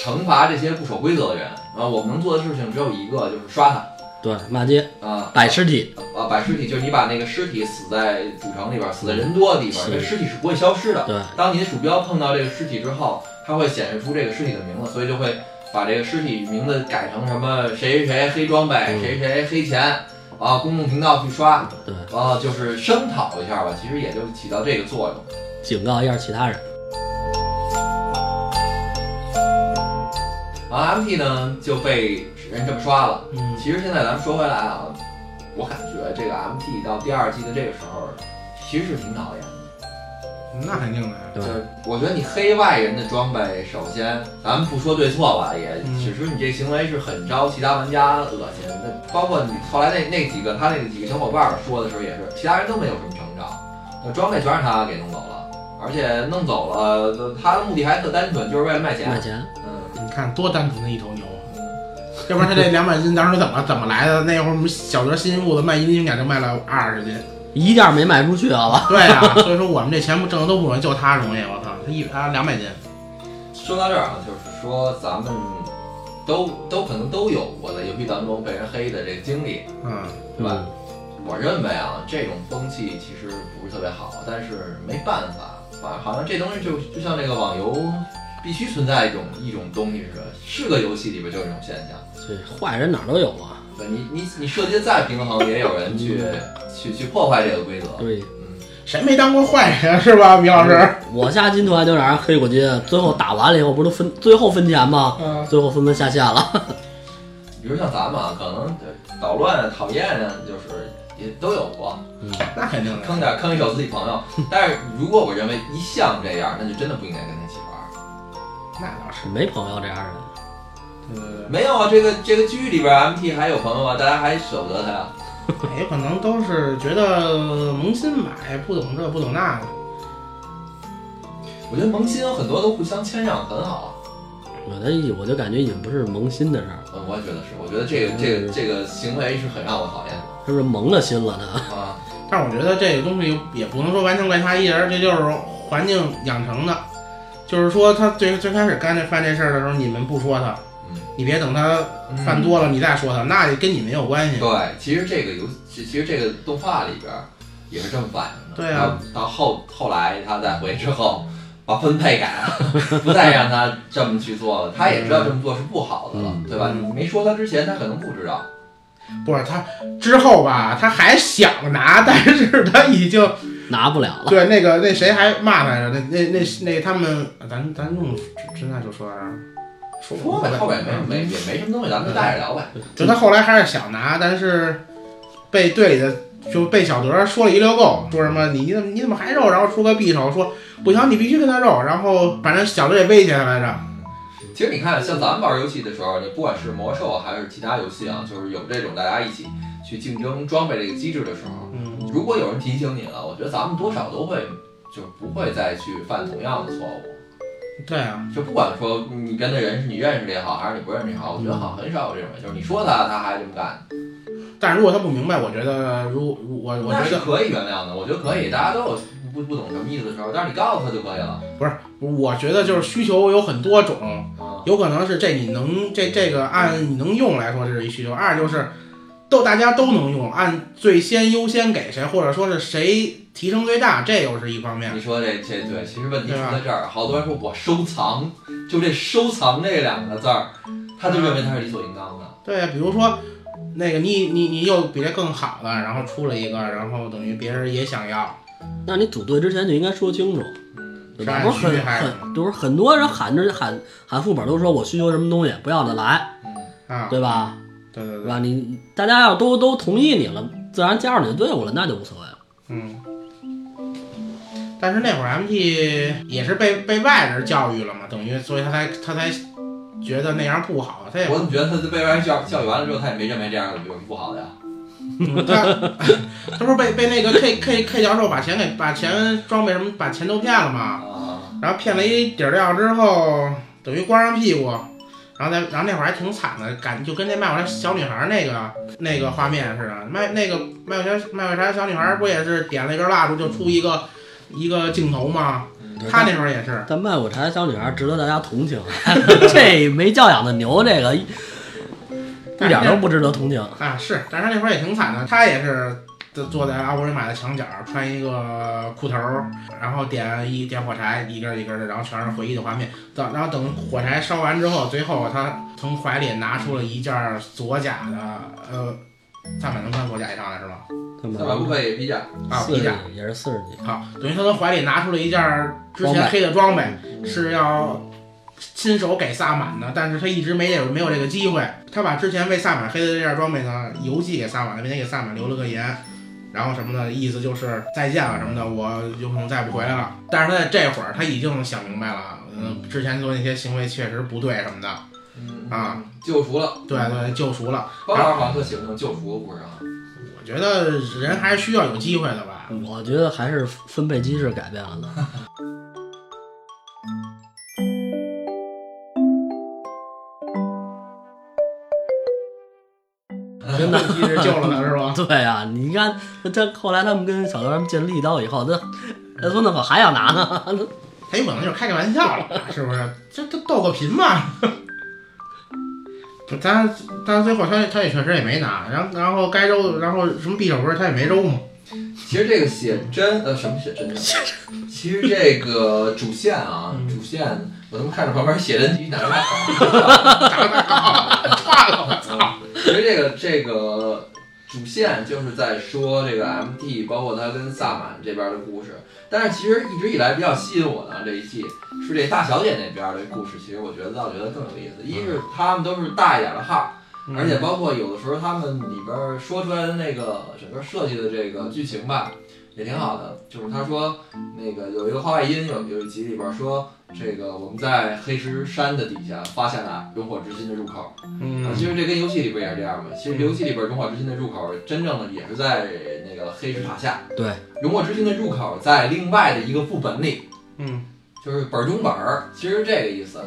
Speaker 6: 惩罚这些不守规则的人，然后我们能做的事情只有一个，就是刷他
Speaker 2: 对，骂街，
Speaker 6: 啊
Speaker 2: 摆尸体，
Speaker 6: 啊，摆尸体，就是你把那个尸体死在主城里边儿，死在人多的地方，
Speaker 2: 是
Speaker 6: 这个尸体是不会消失的。
Speaker 2: 对，
Speaker 6: 当你的鼠标碰到这个尸体之后，它会显示出这个尸体的名字，所以就会把这个尸体名字改成什么谁谁谁黑装备，
Speaker 2: 嗯
Speaker 6: 谁谁黑钱啊，公众频道去刷，
Speaker 2: 对，
Speaker 6: 然后就是声讨一下吧，其实也就起到这个作用。
Speaker 2: 警告一下其他人，
Speaker 6: 然后 MT 啊呢就被人这么刷了。
Speaker 5: 嗯，
Speaker 6: 其实现在咱们说回来啊，我感觉这个 MT 到第二季的这个时候，其实是挺讨厌的。
Speaker 5: 那肯定的呀，
Speaker 2: 对
Speaker 6: 就是我觉得你黑外人的装备，首先咱们不说对错吧，也
Speaker 5: 嗯
Speaker 6: 只是你这行为是很招其他玩家恶心。那包括你后来那那几个他那几个小伙伴儿说的时候也是，其他人都没有什么成长，那装备全是他给弄走了，而且弄走了他的目的还特单纯，就是为了卖钱。
Speaker 2: 卖钱，
Speaker 6: 嗯，
Speaker 5: 你看多单纯的一头牛，啊要不然他这两百斤当时怎么怎么来的？那会儿我们小学新入的卖阴茎奖就卖了二十斤，
Speaker 2: 一件没卖出去，好吧？
Speaker 5: 对 啊，所以说我们这钱不挣的都不容易，就他容易，我操，他一他两百斤，
Speaker 6: 说到这儿啊，就是说咱们都都可能都有过在游戏当中被人黑的这个经历，
Speaker 5: 嗯，
Speaker 6: 对吧？我认为啊，这种风气其实不是特别好，但是没办法，反正好像这东西就就像这个网游必须存在一种一种东西似的，是个游戏里边就有这种现象。
Speaker 2: 这坏人哪儿都有啊，
Speaker 6: 对你你你设计的再平衡，也有人去去去破坏这个规则。
Speaker 2: 对。
Speaker 6: 嗯，
Speaker 5: 谁没当过坏人是吧，米老师？
Speaker 2: 我下金团就让人黑过金，最后打完了以后不都分最后分钱吗？
Speaker 5: 嗯，
Speaker 2: 最后纷纷下线了，
Speaker 6: 比如像咱们啊，可能捣乱啊、讨厌啊，就是也都有过，
Speaker 5: 那肯定的，
Speaker 6: 坑点坑一手自己朋友。但是如果我认为一向这样，那就真的不应该跟他一起玩。
Speaker 5: 那倒是，
Speaker 2: 没朋友这样的，
Speaker 5: 对对
Speaker 6: 没有啊，这个这个剧里边 MT 还有朋友啊，大家还舍不得他呀、啊
Speaker 5: 对，哎也可能都是觉得萌新买，不懂这不懂那的，
Speaker 6: 我觉得萌新啊有很多都互相谦让，很好。啊
Speaker 2: 我的我就感觉已经不是萌新的事儿了，
Speaker 6: 嗯，我也觉得是，我觉得这个这个这个行为是很让我讨厌的
Speaker 2: 是不是萌了心了呢？
Speaker 6: 啊。
Speaker 5: 但是我觉得这个东西也不能说完全怪他一人，这就是环境养成的。就是说，他最最开始干这犯这事儿的时候，你们不说他，
Speaker 6: 嗯，
Speaker 5: 你别等他犯多了你再说他，那跟你没有关系。
Speaker 6: 对，其实这个游，其其实这个动画里边儿也是这么反映的。
Speaker 5: 对啊
Speaker 6: 到，到后后来他再回之后，把分配改了， 不再让他这么去做了。他也知道这么做是不好的了，
Speaker 2: 嗯
Speaker 6: 对吧？
Speaker 5: 嗯
Speaker 6: 你没说他之前，他可能不知道。
Speaker 5: 不是他之后吧，他还想拿，但是他已经
Speaker 2: 拿不了了。
Speaker 5: 对那个那谁还骂来着？那那那那他们，咱咱用真爱就说啊，说
Speaker 6: 说呗，后边没没也没什么东西，咱们就带着聊呗。
Speaker 5: 就他后来还是想拿，但是被队里的就被小德说了一溜够，说什么你怎么你怎么还肉，然后出个匕首说不行，你必须跟他肉，然后反正小德也威胁他来着，
Speaker 6: 其实你看，像咱们玩游戏的时候，你不管是魔兽还是其他游戏啊，就是有这种大家一起去竞争装备这个机制的时候，
Speaker 5: 嗯，
Speaker 6: 如果有人提醒你了，我觉得咱们多少都会就是不会再去犯同样的错误。
Speaker 5: 对啊，
Speaker 6: 就不管说你跟的人是你认识的也好，还是你不认识也好，我觉得好像很少有这种人，就是你说他他还这么干，
Speaker 5: 但如果他不明白，我觉得如如我我
Speaker 6: 那
Speaker 5: 觉
Speaker 6: 是
Speaker 5: 得
Speaker 6: 可以原谅的。我觉得可以，大家都有不不懂什么意思的时候，但是你告诉他就可以了。
Speaker 5: 我觉得就是需求有很多种，
Speaker 6: 啊，
Speaker 5: 有可能是这你能这这个按你能用来说这是一需求，二就是都大家都能用，按最先优先给谁，或者说是谁提升最大，这又是一方面。
Speaker 6: 你说这这对，其实问题出
Speaker 5: 对吧
Speaker 6: 在这儿，好多人说我收藏，就这收藏这两个字儿，他就认为他是理所应当的。
Speaker 5: 对，啊比如说那个你你你又比这更好的，然后出了一个，然后等于别人也想要，
Speaker 2: 那你组队之前就应该说清楚，
Speaker 6: 嗯，
Speaker 2: 对吧？
Speaker 5: 是
Speaker 2: 不是
Speaker 5: 按需
Speaker 2: 很
Speaker 5: 还是
Speaker 2: 很，就是很多人喊着喊喊副本都说我需求什么东西，不要的来，
Speaker 6: 嗯
Speaker 5: 啊，
Speaker 2: 对吧？
Speaker 5: 对对
Speaker 2: 对
Speaker 5: 对，
Speaker 2: 吧？你大家要都都同意你了，自然加入你的队伍了，那就无所谓了。
Speaker 5: 嗯。但是那会儿 MT 也是被被外人教育了嘛，等于所以他才他才觉得那样不好，他也
Speaker 6: 嗯我怎么觉得他被外人教教育完了之后，他也没认为这样有什么不好的呀？
Speaker 5: 嗯他他不是被被那个 K K K 教授把钱给把钱装备什么把钱都骗了嘛，
Speaker 6: 啊，
Speaker 5: 然后骗了一底儿料之后，等于光着屁股，然后再然后那会儿还挺惨的，感就跟那卖火柴小女孩儿那个那个画面似的，卖那个卖火柴卖火柴小女孩儿不也是点了一根蜡烛就出一个一个镜头吗？她那会儿也是，
Speaker 2: 但卖火柴的小女孩值得大家同情，啊 这没教养的牛，这个一一点都不值得同情。
Speaker 5: 啊，是，但是他那会儿也挺惨的，他也是坐坐在阿波里买的墙角，穿一个裤头儿，然后点一点火柴，一根儿一根儿的，然后全是回忆的画面。等然后等火柴烧完之后，最后他从怀里拿出了一件儿左甲的，呃，萨满能穿左甲以上的是吗？
Speaker 2: 干
Speaker 6: 怎么不
Speaker 2: 嘛？
Speaker 6: 可以比较？
Speaker 5: 啊，
Speaker 2: 四
Speaker 5: 皮
Speaker 2: 十
Speaker 5: 甲。
Speaker 2: 几也是四十几，
Speaker 5: 好，等于他从怀里拿出了一件儿之前
Speaker 2: 装备
Speaker 5: 黑的装备，嗯是要亲手给萨满的，但是他一直没有没有这个机会。他把之前被萨满黑的这件装备呢邮寄给萨满了，并且给萨满留了个言，然后什么的意思就是再见了什么的，我有可能再不回来了。但是他在这会儿他已经想明白了，嗯、之前做那些行为确实不对什么的
Speaker 6: 嗯，
Speaker 5: 啊，
Speaker 6: 救赎了，
Speaker 5: 对对，救赎了。
Speaker 6: 方老师好像特喜欢用救赎，不是啊？
Speaker 5: 我觉得人还是需要有机会的 吧。
Speaker 2: 我觉得还是分配机制改变了呢。
Speaker 5: 真的，一直救了他是吧？
Speaker 2: 对呀、你看那这后来他们跟小德他们建立一刀以后，那那孙子可还想拿呢。
Speaker 5: 他有可能就是开个玩笑了，是不是？这这逗个贫嘛。咱咱最后他也他也确实也没拿，然后然后该揉然后什么匕首不是他也没揉嘛，
Speaker 6: 其实这个写真，呃，什么写真呢？ 其实这个主线啊，主线，我他妈看着旁边写真集哪 来？
Speaker 5: 断了我操！
Speaker 6: 其实这个这个主线就是在说这个 MT，包括他跟萨满这边的故事。但是其实一直以来比较吸引我的这一季是这大小姐那边的故事，其实我觉得倒觉得更有意思。一是他们都是大一点的号，而且包括有的时候他们里边说出来的那个整个设计的这个剧情吧，也挺好的。就是他说那个有一个话外音，有有一集里边说这个我们在黑石山的底下发现了永火之心的入口。啊，
Speaker 5: 嗯
Speaker 6: 其实这跟游戏里边也是这样嘛。其实游戏里边《熔火之心》的入口真正的也是在那个黑石塔下，
Speaker 2: 对，
Speaker 6: 《熔火之心》的入口在另外的一个副本里，
Speaker 5: 嗯，
Speaker 6: 就是本中本儿，其实是这个意思。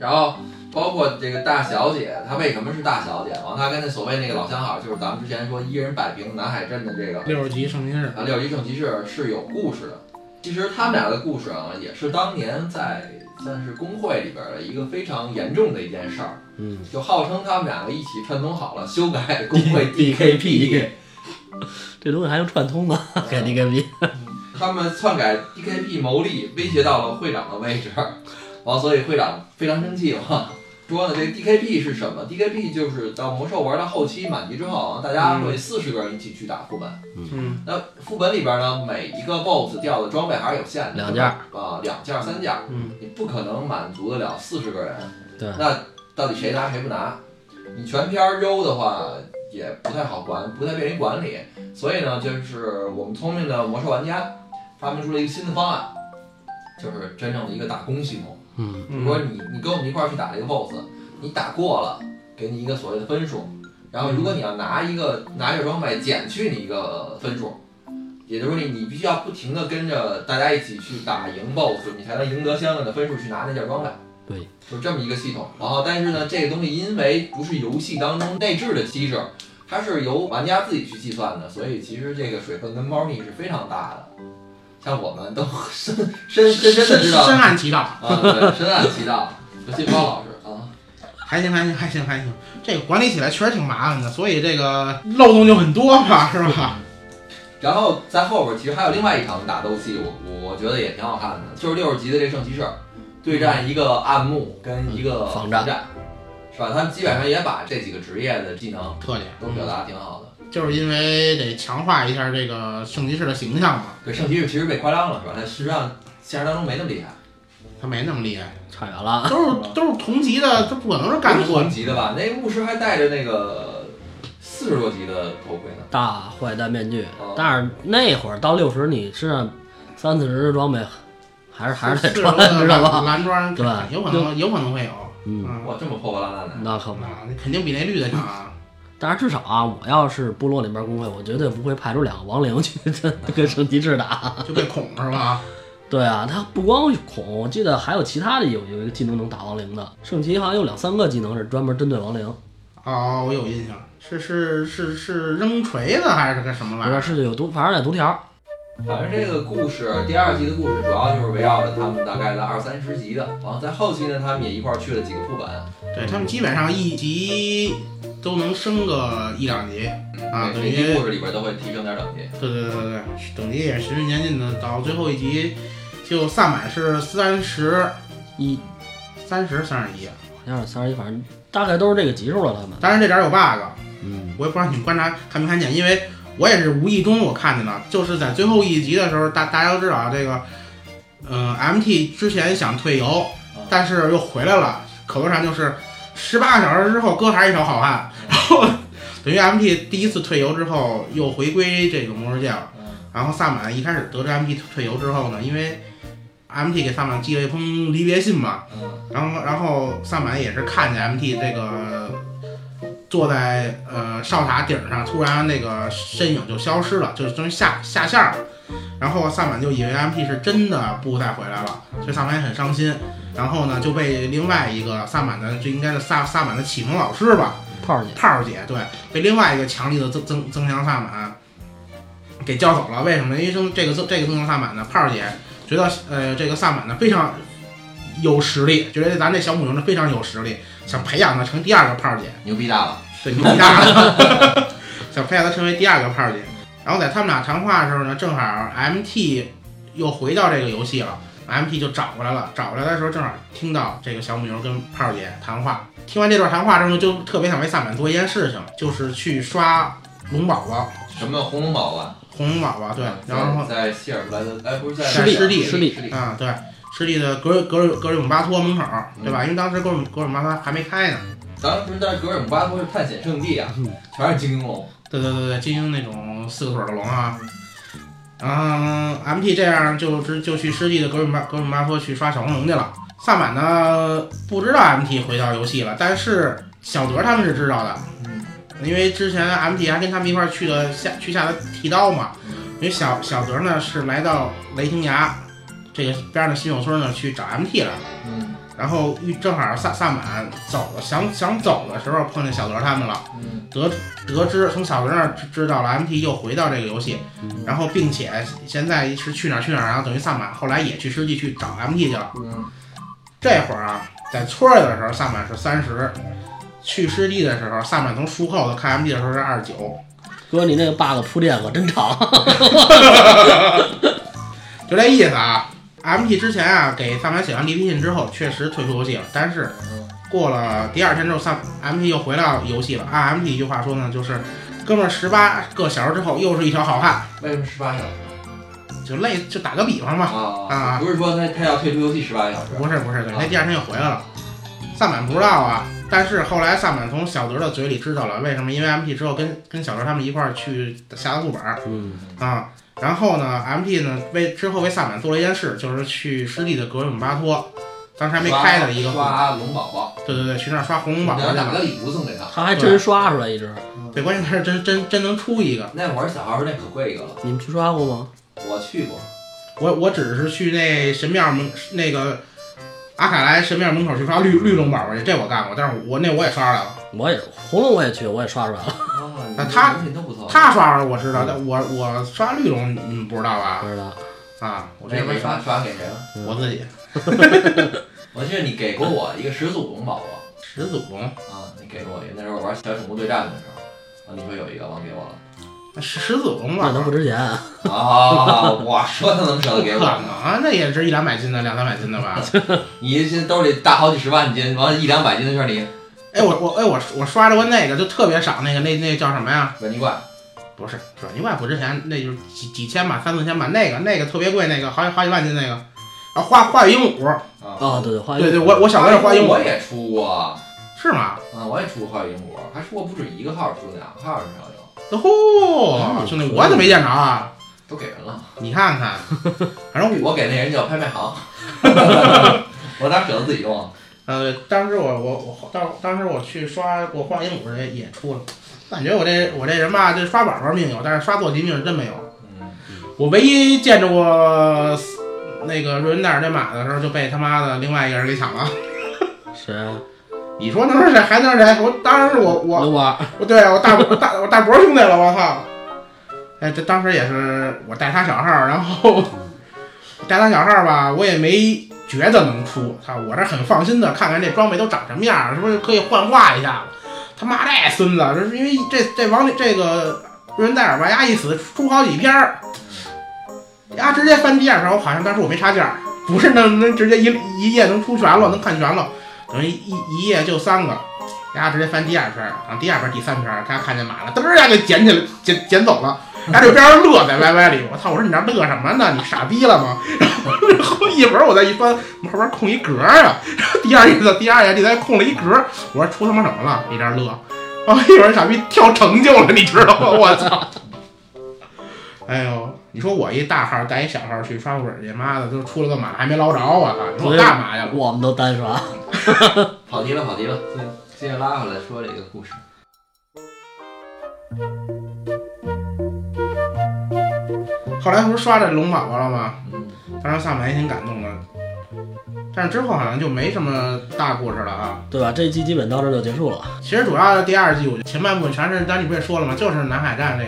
Speaker 6: 然后包括这个大小姐，她为什么是大小姐？然后她跟那所谓那个老相好，就是咱们之前说一人摆平南海镇的这个
Speaker 5: 六十级圣金日，
Speaker 6: 啊，六一圣骑士是有故事的。其实他们俩的故事啊，也是当年在算是工会里边的一个非常严重的一件事儿，
Speaker 2: 嗯，
Speaker 6: 就号称他们两个一起串通好了修 改工会 DKP，
Speaker 2: DKP 这东西还用串通呢， 给你个逼，
Speaker 6: 他们篡改 DKP 牟利，威胁到了会长的位置，完，所以会长非常生气嘛。说呢，这 DKP 是什么？DKP 就是到魔兽玩到后期满级之后，啊大家
Speaker 2: 嗯
Speaker 6: 会四十个人一起去打副本。
Speaker 5: 嗯，
Speaker 6: 那副本里边呢，每一个 BOSS 掉的装备还是有限的，
Speaker 2: 两件儿
Speaker 6: 啊，两件儿三件儿，
Speaker 5: 嗯
Speaker 6: 你不可能满足得了四十个人。
Speaker 2: 对
Speaker 6: 那到底谁拿谁不拿？你全片儿优的话也不太好管，不太便于管理。所以呢，就是我们聪明的魔兽玩家发明出了一个新的方案，就是真正的一个打工系统。
Speaker 2: 嗯，
Speaker 6: 比如说你你跟我们一块儿去打这个 BOSS，你打过了，给你一个所谓的分数，然后如果你要拿一个拿一个装备减去你一个分数，也就是说你你必须要不停的跟着大家一起去打赢 BOSS，你才能赢得相应的分数去拿那件装备。
Speaker 2: 对，
Speaker 6: 就这么一个系统。然后但是呢，这个东西因为不是游戏当中内置的机制，它是由玩家自己去计算的，所以其实这个水分跟猫腻是非常大的。像我们都 深深深深的知道，
Speaker 5: 深谙其道，
Speaker 6: 啊，对，深谙其道，尤其包老师啊，
Speaker 5: 还行还行还行还行，这个管理起来确实挺麻烦的，所以这个漏洞就很多嘛，是吧？
Speaker 6: 然后在后边其实还有另外一场打斗戏，我我我觉得也挺好看的，就是六十级的这圣骑士对战一个暗牧跟一个
Speaker 2: 嗯防
Speaker 6: 防战
Speaker 2: 战，
Speaker 6: 是吧？他们基本上也把这几个职业的技能
Speaker 5: 特点
Speaker 6: 都表达得挺好的。
Speaker 5: 就是因为得强化一下这个圣骑士的形象嘛，
Speaker 6: 对，圣骑士其实被夸张了，是吧？他实际上现实当中没那么厉害，
Speaker 5: 他没那么厉害，
Speaker 2: 差远了，
Speaker 5: 都是都是同级的，他不可能是干得过
Speaker 6: 啊不是同级的吧？那牧师还戴着那个四十多级的头盔呢。
Speaker 2: 大坏蛋面具
Speaker 6: 哦。
Speaker 2: 但是那会儿到六十，你身上三四十的装备还是还是啊得
Speaker 5: 四十多
Speaker 2: 穿，
Speaker 5: 的
Speaker 2: 知道吧？
Speaker 5: 蓝蓝装，
Speaker 2: 对吧
Speaker 5: 有可能有可能会有，
Speaker 2: 嗯，
Speaker 6: 哇，这么破破烂烂的，
Speaker 2: 那可不。
Speaker 5: 那肯定比那绿的强啊。
Speaker 2: 但是至少啊，我要是部落里面工会，我绝对不会派出两个亡灵去跟圣骑士打。
Speaker 5: 就被恐是吧？
Speaker 2: 对啊，他不光恐，我记得还有其他的有有一个技能能打亡灵的。圣骑好像有两三个技能是专门针对亡灵，
Speaker 5: 哦，我有印象，是是是是扔锤子还是个什么
Speaker 2: 不
Speaker 5: 玩意
Speaker 2: 是
Speaker 5: 儿？
Speaker 2: 是有毒，反正得毒条。
Speaker 6: 反正这个故事第二集的故事主要就是围绕着他们大概的二三十集的，然后在后期呢，他们也一块儿去了几个副本，
Speaker 5: 对他们基本上一集都能升个一两级
Speaker 2: 嗯
Speaker 5: 啊，等
Speaker 6: 每
Speaker 5: 于
Speaker 6: 集
Speaker 5: 对
Speaker 6: 故事里边都会提升点等级。
Speaker 5: 对对对对，等级也循序渐进的，到最后一集就萨满是三十
Speaker 2: 一
Speaker 5: 三十三十一，啊
Speaker 2: 好像是三十一，反正大概都是这个级数了。他们，
Speaker 5: 当然这点儿有 bug，
Speaker 2: 嗯，
Speaker 5: 我也不知道你们观察看没看见，因为我也是无意中我看见的，就是在最后一集的时候，大大家都知道啊，这个，呃，MT 之前想退游，但是又回来了，口头禅就是十八个小时之后哥还是一条好汉， 然后等于 MT 第一次退游之后又回归这个魔兽界了，
Speaker 6: 嗯，
Speaker 5: 然后萨满一开始得知 MT 退游之后呢，因为 MT 给萨满寄了一封离别信嘛，
Speaker 6: 嗯
Speaker 5: 然后然后萨满也是看见 MT 这个坐在呃哨塔顶上，突然那个身影就消失了，就是终于下下线了。然后萨满就以为 MT 是真的不再回来了，所以萨满也很伤心。然后呢，就被另外一个萨满的，就应该是萨萨满的启蒙老师吧，
Speaker 2: 炮儿姐，
Speaker 5: 炮儿姐，对，被另外一个强力的增增增强萨满给叫走了。为什么呢？因为增这个增这个增强萨满呢，炮儿姐觉得呃这个萨满呢非常有实力，觉得咱这小母牛呢非常有实力，想培养他成第二个炮儿姐，
Speaker 6: 牛逼大了。
Speaker 5: 对，牛逼大了， 想培养他成为第二个炮儿姐。然后在他们俩谈话的时候呢，正好 MT 又回到这个游戏了，MT 就找过来了。找过来的时候，正好听到这个小母牛跟炮儿姐谈话。听完这段谈话之后，就特别想为萨满做一件事情，就是去刷龙宝宝、
Speaker 6: 什么红龙宝啊？
Speaker 5: 红龙宝宝，对，然后
Speaker 6: 在希尔布莱德，哎，不是在
Speaker 5: 施利施利
Speaker 6: 施利，施利
Speaker 5: 啊，对，吃力的格格格尔永巴托门口，对吧？因为当时格尔永格尔永巴托还没开呢。
Speaker 6: 当时在格尔姆巴托是探险圣地啊，
Speaker 5: 嗯
Speaker 6: 全是精英龙。
Speaker 5: 对对对对，精英那种四个腿儿的龙啊。嗯，MT 这样就直就去湿地的格鲁巴格鲁巴托去刷小红龙去了。萨满呢不知道 MT 回到游戏了，但是小德他们是知道的，因为之前 MT 还跟他们一块儿去了下去下的剃刀嘛。因为小小德呢是来到雷霆崖这个边上的新手村呢去找 MT 来了。
Speaker 6: 嗯
Speaker 5: 然后遇正好萨萨满走了，想想走的时候碰见小德他们了，
Speaker 6: 嗯，
Speaker 5: 得得知从小哥那儿知知道了 MT 又回到这个游戏，然后并且现在是去哪儿去哪儿，然后等于萨满后来也去实际去找 MT 去了，
Speaker 6: 嗯
Speaker 5: 这会儿啊，在村儿里的时候，萨满是三十；去湿地的时候，萨满从书后头看 MD 的时候是二十九。
Speaker 2: 哥，你那个 bug 铺垫可真长。
Speaker 5: 就这意思啊。MT 之前啊，给萨满写完离别信之后，确实退出游戏了。但是过了第二天之后，萨 MT 又回到游戏了。按 MT 一句话说呢，就是哥们儿十八个小时之后又是一条好汉。
Speaker 6: 为什么十八小时
Speaker 5: 就类就打个比方吧，
Speaker 6: 啊
Speaker 5: 啊
Speaker 6: 不是说他他要退出游戏十八小时，
Speaker 5: 不是不是，对他第二天又回来了。萨满不知道啊，但是后来萨满从小德的嘴里知道了为什么，因为 MT 之后跟跟小德他们一块儿去下的副本儿
Speaker 2: 嗯，
Speaker 5: 啊。然后呢，MT 呢为之后为萨满做了一件事，就是去湿地的格鲁姆巴托，当时还没开的一个湖
Speaker 6: 刷龙宝宝，
Speaker 5: 对对对，去那儿刷红龙
Speaker 6: 你
Speaker 5: 宝
Speaker 6: 要
Speaker 5: 宝去
Speaker 6: 打
Speaker 5: 了。
Speaker 6: 个礼物送给他。
Speaker 2: 他还真刷出来一只。
Speaker 5: 对，关键他是真真真能出一个。
Speaker 6: 那会儿小孩儿那可贵一个了，
Speaker 2: 你们去刷过吗？
Speaker 6: 我去过，
Speaker 5: 我我只是去那神庙门那个阿卡莱神庙门口去刷绿绿龙宝宝去，这我干过，但是我那我也刷出来了。
Speaker 2: 我也红龙我也去，我也刷出来了，
Speaker 6: 啊，你
Speaker 5: 啊他
Speaker 6: 人品都不错，
Speaker 5: 他刷出来我知道，但我我刷绿龙你们不知道吧
Speaker 2: 不？知道。
Speaker 5: 啊，我这
Speaker 6: 那
Speaker 5: 回
Speaker 6: 你
Speaker 5: 刷
Speaker 6: 刷刷给谁了？
Speaker 5: 我自己
Speaker 6: 我记得你给过我一个始祖龙宝宝。
Speaker 5: 始祖
Speaker 6: 啊，你给过我一个，那时候玩小宠物对战的时候，啊，你说有一个忘给我了
Speaker 5: 始始祖龙宝
Speaker 2: 那都不。
Speaker 5: 宝
Speaker 2: 值钱，
Speaker 6: 啊，我说他能舍得
Speaker 5: 不
Speaker 6: 给
Speaker 5: 可
Speaker 6: 我呢，
Speaker 5: 能，那也值一两百斤的，两三百斤的 吧？
Speaker 6: 你这兜里大好几十万斤，完了一两百斤的事儿，你
Speaker 5: 哎，我我哎我我刷着过那个，就特别少，那个那那叫什么呀？
Speaker 6: 文尼怪
Speaker 5: 不是转运外不值钱，那就是几几千吧，三四千吧。那个那个特别贵，那个好几好几万斤那个。啊，花花语鹦鹉，
Speaker 6: 啊，哎
Speaker 2: 哦，对对，花
Speaker 5: 对对，我我小时候花语鹦
Speaker 6: 我
Speaker 5: 鹉
Speaker 6: 也出过啊，
Speaker 5: 是吗？
Speaker 6: 我也出过花语鹦鹉，还出过不止一个号，出过两个号至少有，
Speaker 5: 哦，兄弟，我怎么没见着啊？
Speaker 6: 都给人了，
Speaker 5: 你看 看，反正我
Speaker 6: 我给那人叫拍卖行， 我哪舍得自己用啊？
Speaker 5: 呃，当时我我我当当时我去刷我花语鹦鹉也也出了，感觉我这我这人吧，这刷宝宝命有，但是刷坐骑命是真没有。
Speaker 6: 嗯，
Speaker 5: 我唯一见着过那个瑞文戴尔这马的时候，就被他妈的另外一个人给抢了。
Speaker 2: 谁啊？
Speaker 5: 你说能是谁？还能是谁？我当时我我
Speaker 2: 刘娃
Speaker 5: 我对我大伯我大我大伯兄弟了，我操！哎，这当时也是我带他小号，然后带他小号吧，我也没觉得能出，操，我这很放心的，看看这装备都长什么样，是不是可以幻化一下？他妈这孙子，这是因为这这王力这个瑞文戴尔吧，丫一死出好几篇儿，丫直接翻第二篇，我好像当时我没插件儿，不是能能直接一一页能出全了，能看全了，等于一一页就三个。然后直接翻第二篇，然后第二篇、第三篇，他看见马了，嘚儿一下就捡起来，捡捡走了。然后这边上乐在 YY 里，我操！我说你这乐什么呢？你傻逼了吗？ 然后一会儿我再一翻，后边空一格啊，然后第二页的第二页第三页空了一格，我说出他妈什么了？你这儿乐，然后一会儿傻逼跳成就了，你知道吗？我操！ 哎呦，你说我一大号带一小号去刷本去，妈的都出了个马还没捞着，我操！你说我干嘛去了？
Speaker 2: 我们都单刷。
Speaker 6: 跑题了，跑题了，接接着拉回来说这个故事，
Speaker 5: 后来不是刷这龙宝宝了吗？
Speaker 6: 嗯，
Speaker 5: 当时萨满也挺感动的，但是之后好像就没什么大故事了啊。
Speaker 2: 对吧？这期基本到这儿就结束了。
Speaker 5: 其实主要是第二季，我前半部分全是，当时你不也说了吗？就是南海战这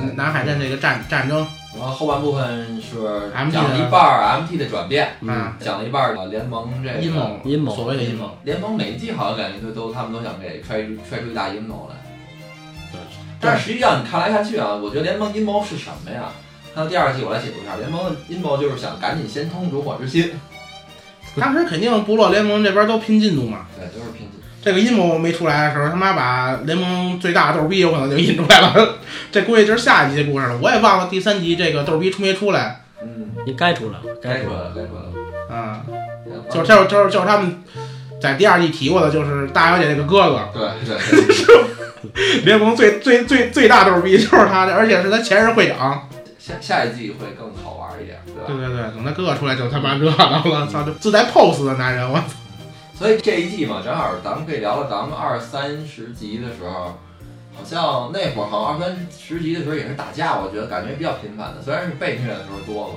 Speaker 6: 嗯
Speaker 5: 个，南海战这个战战争，
Speaker 6: 然后后半部分是
Speaker 5: MT
Speaker 6: 讲了一半儿 MT 的转变，
Speaker 5: 啊，
Speaker 6: 讲了一半儿联盟这个
Speaker 5: 阴谋，
Speaker 2: 阴
Speaker 5: 所
Speaker 2: 谋，
Speaker 5: 谓的阴谋。
Speaker 6: 联盟每一季好像感觉都都他们都想给揣出揣出一大阴谋来。但实际上你看来看去啊，我觉得联盟阴谋是什么呀？看到第二季我来解读一下，联盟的阴谋就是想赶紧先通烛火之心，
Speaker 5: 当时肯定部落联盟这边都拼进度嘛，
Speaker 6: 对，都是拼劲。
Speaker 5: 这个阴谋没出来的时候，他妈把联盟最大的逗逼有可能就引出来了。 这估计就是下一集的故事了，我也忘了第三集这个逗逼出没出来
Speaker 6: 嗯，
Speaker 2: 你该出来了，
Speaker 6: 该
Speaker 2: 出
Speaker 6: 说
Speaker 2: 来了。
Speaker 6: 了，该说了。
Speaker 5: 啊。
Speaker 6: 嗯
Speaker 5: 就是就是就是就是他们在第二季提过的，就是大小姐这个哥哥，
Speaker 6: 对对 对，
Speaker 5: 联盟最最最最大逗逼就是他，而且是他前任会长。
Speaker 6: 下下一季会更好玩一点，对吧？
Speaker 5: 对对对，等他哥哥出来就他妈热闹了，操！就自带 pose 的男人，我操！
Speaker 6: 所以这一季嘛，正好咱们可以聊聊咱们二三十集的时候，好像那会儿好像二三十集的时候也是打架，我觉得感觉比较频繁的，虽然是被虐的时候多了。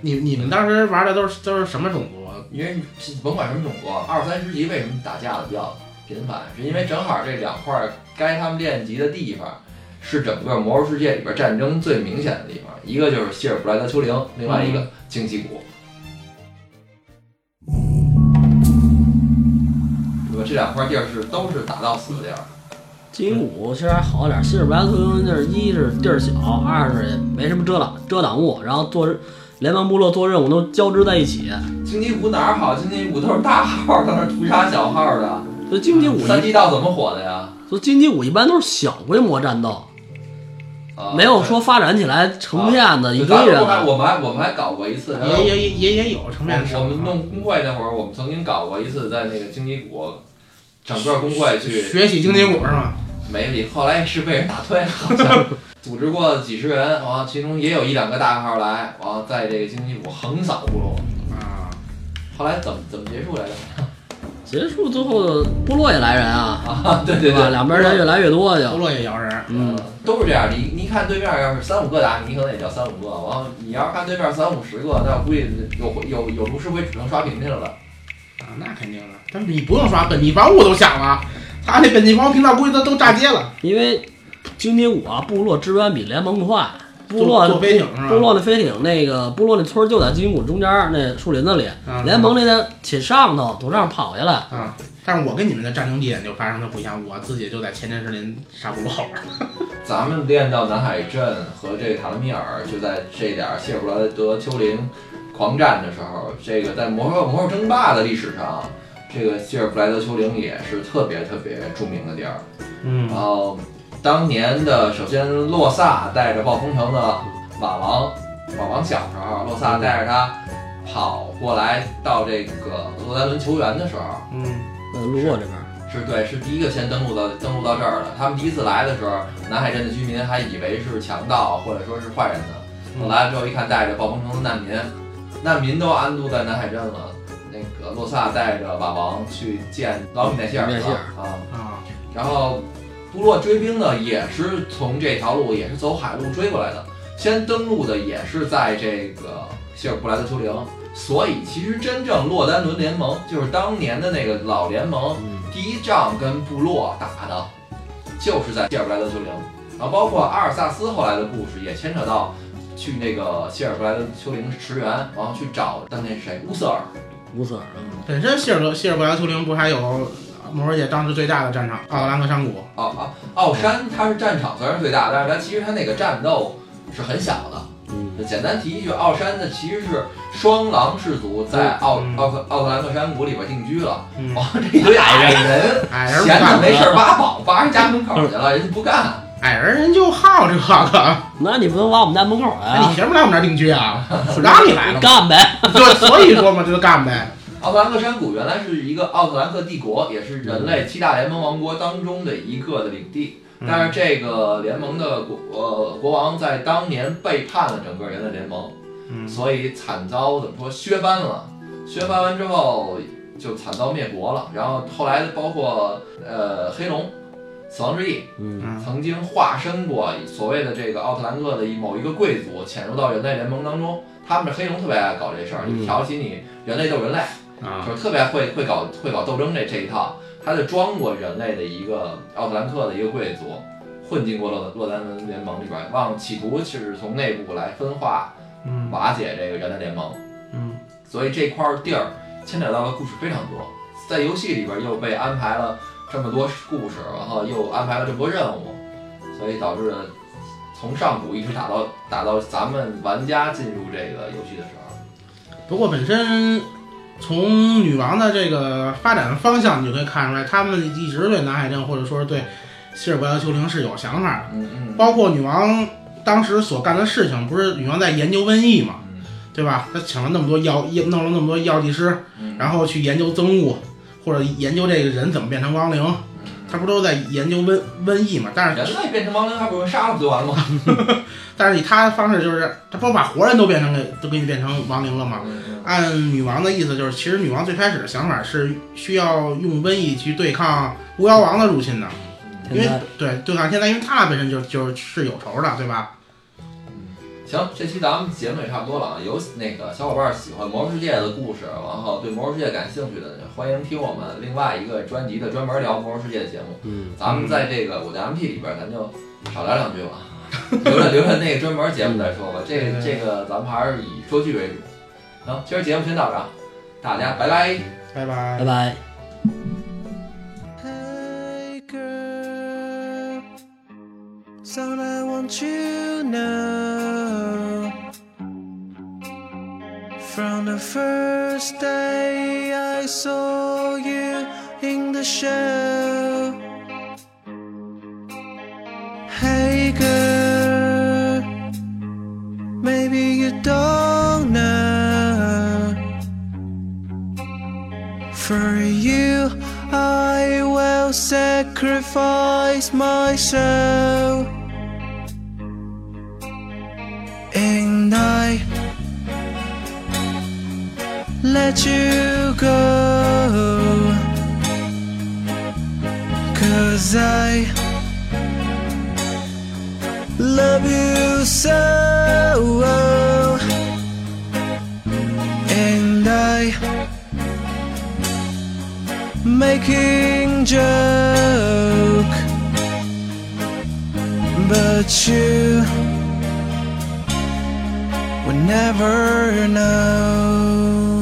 Speaker 5: 你你们当时玩的都是都是什么种族？
Speaker 6: 因为甭管什么种族，啊，二三十级为什么打架的比较频繁，是因为正好这两块该他们练级的地方，是整个魔兽世界里边战争最明显的地方。一个就是希尔布莱德嗯丘陵，另外一个荆棘谷。个这两块地儿是都是打到死的地儿。
Speaker 2: 金谷其实还好点，西尔班克跟就是一是地儿小，二是也没什么遮挡遮挡物，然后做联邦部落做任务都交织在一起，
Speaker 6: 荆棘谷哪儿好？荆棘谷都是大号在那儿屠杀小号的。
Speaker 2: 所以
Speaker 5: 嗯
Speaker 2: 荆棘谷
Speaker 6: 三
Speaker 2: 一，
Speaker 6: 地道怎么火的呀？
Speaker 2: 所以荆棘谷一般都是小规模战斗，
Speaker 6: 啊，
Speaker 2: 没有说发展起来成片子
Speaker 5: 啊
Speaker 6: 对
Speaker 2: 一
Speaker 6: 呃咱
Speaker 2: 堆
Speaker 6: 们
Speaker 2: 人啊
Speaker 6: 后来
Speaker 2: 来。
Speaker 6: 我们还我们还搞过一次，
Speaker 5: 也也也也有成面
Speaker 6: 呃我们弄工会那会儿，我们曾经搞过一次，在那个荆棘谷，整个工会去
Speaker 5: 学习经济股是吗？
Speaker 6: 没理，后来是被人打退了，好 像组织过几十人，完其中也有一两个大号来，完了在这个荆棘谷横扫部落。
Speaker 5: 啊，
Speaker 6: 后来怎么怎么结束来着？
Speaker 2: 结束最后部落也来人啊，
Speaker 6: 啊，对对
Speaker 2: 对吧？
Speaker 6: 对，
Speaker 2: 两边人越来越多
Speaker 5: 啊部
Speaker 2: 就，
Speaker 5: 落也摇人，
Speaker 2: 嗯，
Speaker 6: 都是这样。你你看对面要是三五个打你，可能也叫三五个。完了，你要是看对面三五十个，那我估计有有有卢师傅也只能刷屏去了吧。
Speaker 5: 啊，那肯定的。但是你不用刷本地防务都响了，他那本地防务频道估计都都炸街了，
Speaker 2: 因为荆棘谷啊部落支援比联盟快，部落
Speaker 5: 坐坐飞艇是吧？
Speaker 2: 部落那飞艇那个部落那村儿就在金谷中间儿那树林子里，
Speaker 5: 啊
Speaker 2: 联盟那在起上头从上跑下来，
Speaker 5: 啊，但是我跟你们的战争地点就发生的不一样，我自己就在前真石林杀部落玩儿。
Speaker 6: 咱们练到南海镇和这个塔勒米尔，就在这点儿谢尔布莱德丘陵狂战的时候，这个在魔兽魔兽争霸的历史上，这个谢尔布莱德丘陵也是特别特别著名的地儿。然
Speaker 5: 嗯，
Speaker 6: 后当年的首先洛萨带着暴风城的瓦王，瓦王小时候，洛萨带着他跑过来到这个洛丹伦球员的时候，
Speaker 5: 嗯，
Speaker 2: 呃，路过这边儿，
Speaker 6: 是对，是第一个先登陆到登陆到这儿的。他们第一次来的时候，南海镇的居民还以为是强盗或者说是坏人呢。
Speaker 5: 嗯
Speaker 6: 来了之后一看，带着暴风城的难民，难民都安顿在南海镇了。那个洛萨带着瓦王去见老米奈希尔
Speaker 2: 米奈希尔
Speaker 6: 了啊，
Speaker 5: 啊，
Speaker 6: 然后部落追兵呢，也是从这条路，也是走海路追过来的。先登陆的也是在这个谢尔布莱德丘陵，所以其实真正洛丹伦联盟就是当年的那个老联盟，
Speaker 2: 嗯，
Speaker 6: 第一仗跟部落打的，就是在谢尔布莱德丘陵，然后包括阿尔萨斯后来的故事也牵扯到去那个谢尔布莱德丘陵驰援，然后去找当年谁乌瑟尔，
Speaker 2: 乌瑟尔
Speaker 5: 本身希尔德希尔伯莱丘陵不还有魔兽界当时最大的战场奥兰克山谷？
Speaker 6: 奥啊奥山，它是战场虽然是最大，但是它其实它那个战斗是很小的。
Speaker 2: 嗯，
Speaker 6: 简单提一句，奥山呢其实是双狼氏族在奥
Speaker 5: 嗯
Speaker 6: 奥克奥克兰克山谷里边定居了，
Speaker 5: 嗯，
Speaker 6: 哇，这一堆矮人
Speaker 5: 矮人不
Speaker 6: 闲着
Speaker 5: 干，
Speaker 6: 没事儿挖宝，挖人家门口去了，人家不干。
Speaker 5: 矮人人就好这个。
Speaker 6: 啊
Speaker 2: 那你不能往我们家门口来
Speaker 5: 哎，你
Speaker 2: 啊？
Speaker 5: 凭什么来我们这儿定 居啊？我让你来
Speaker 2: 你
Speaker 5: 了吗？
Speaker 2: 干呗，
Speaker 5: 就所以说嘛，就干呗。
Speaker 6: 奥特兰克山谷原来是一个奥特兰克帝国，也是
Speaker 2: 嗯
Speaker 6: 人类七大联盟王国当中的一个的领地。但是这个联盟的国呃国王在当年背叛了整个人类联盟，
Speaker 5: 嗯
Speaker 6: 所以惨遭怎么说削藩了。削藩完之后就惨遭灭国了。然后后来包括呃黑龙、死亡之翼
Speaker 2: 嗯，
Speaker 5: 嗯
Speaker 6: 曾经化身过所谓的这个奥特兰克的一某一个贵族，潜入到人类联盟当中。他们黑龙特别爱搞这事儿，
Speaker 2: 嗯
Speaker 6: 就挑起你人类斗人类。
Speaker 5: 啊，
Speaker 6: 就是特别会会搞会搞斗争这这一套，他就装过人类的一个奥特兰克的一个贵族，混进过洛洛丹伦联盟里边，望企图是从内部来分化
Speaker 5: 嗯
Speaker 6: 瓦解这个人类联盟，
Speaker 5: 嗯
Speaker 6: 所以这块地儿牵扯到的故事非常多，在游戏里边又被安排了这么多故事，然后又安排了这么多任务，所以导致从上古一直打到打到咱们玩家进入这个游戏的时候。
Speaker 5: 不过本身从女王的这个发展方向，你就可以看出来，他们一直对南海镇或者说是对希尔伯莱丘陵是有想法的。
Speaker 6: 嗯嗯，
Speaker 5: 包括女王当时所干的事情，不是女王在研究瘟疫嘛，
Speaker 6: 嗯
Speaker 5: 对吧？她请了那么多药，药弄了那么多药剂师，
Speaker 6: 嗯，
Speaker 5: 然后去研究憎恶，或者研究这个人怎么变成亡灵，
Speaker 6: 嗯
Speaker 5: 她不都在研究瘟瘟疫嘛？但是
Speaker 6: 人类变成亡灵还不如杀了不就完了吗？
Speaker 5: 但是以他的方式就是，他不把活人都变成给都给你变成亡灵了吗？
Speaker 6: 嗯
Speaker 5: 按女王的意思就是，其实女王最开始的想法是需要用瘟疫去对抗巫妖王的入侵的，因
Speaker 2: 天
Speaker 5: 为
Speaker 2: 灾
Speaker 5: 对对抗天灾，因为他本身就就是有仇的，对吧？
Speaker 6: 行，这期咱们节目也差不多了啊。有那个小伙伴喜欢《魔兽世界》的故事，然后对《魔兽世界》感兴趣的，欢迎听我们另外一个专辑的专门聊《魔兽世界》的节目。
Speaker 2: 嗯，
Speaker 6: 咱们在这个我的 MP 里边，咱就少聊两句吧，留着留着那个专门节目再说吧。这个、这个咱们还是以说剧为主。行，今儿节目先到这儿啊，大家拜拜。
Speaker 5: 拜拜
Speaker 2: 拜。拜。
Speaker 3: Thank Son, I want you now. From the first day I saw you in the show. Hey girl, maybe you don't know. For you, I will sacrifice myself. And I let you go. Cause I love you so. And I making joke but you would never know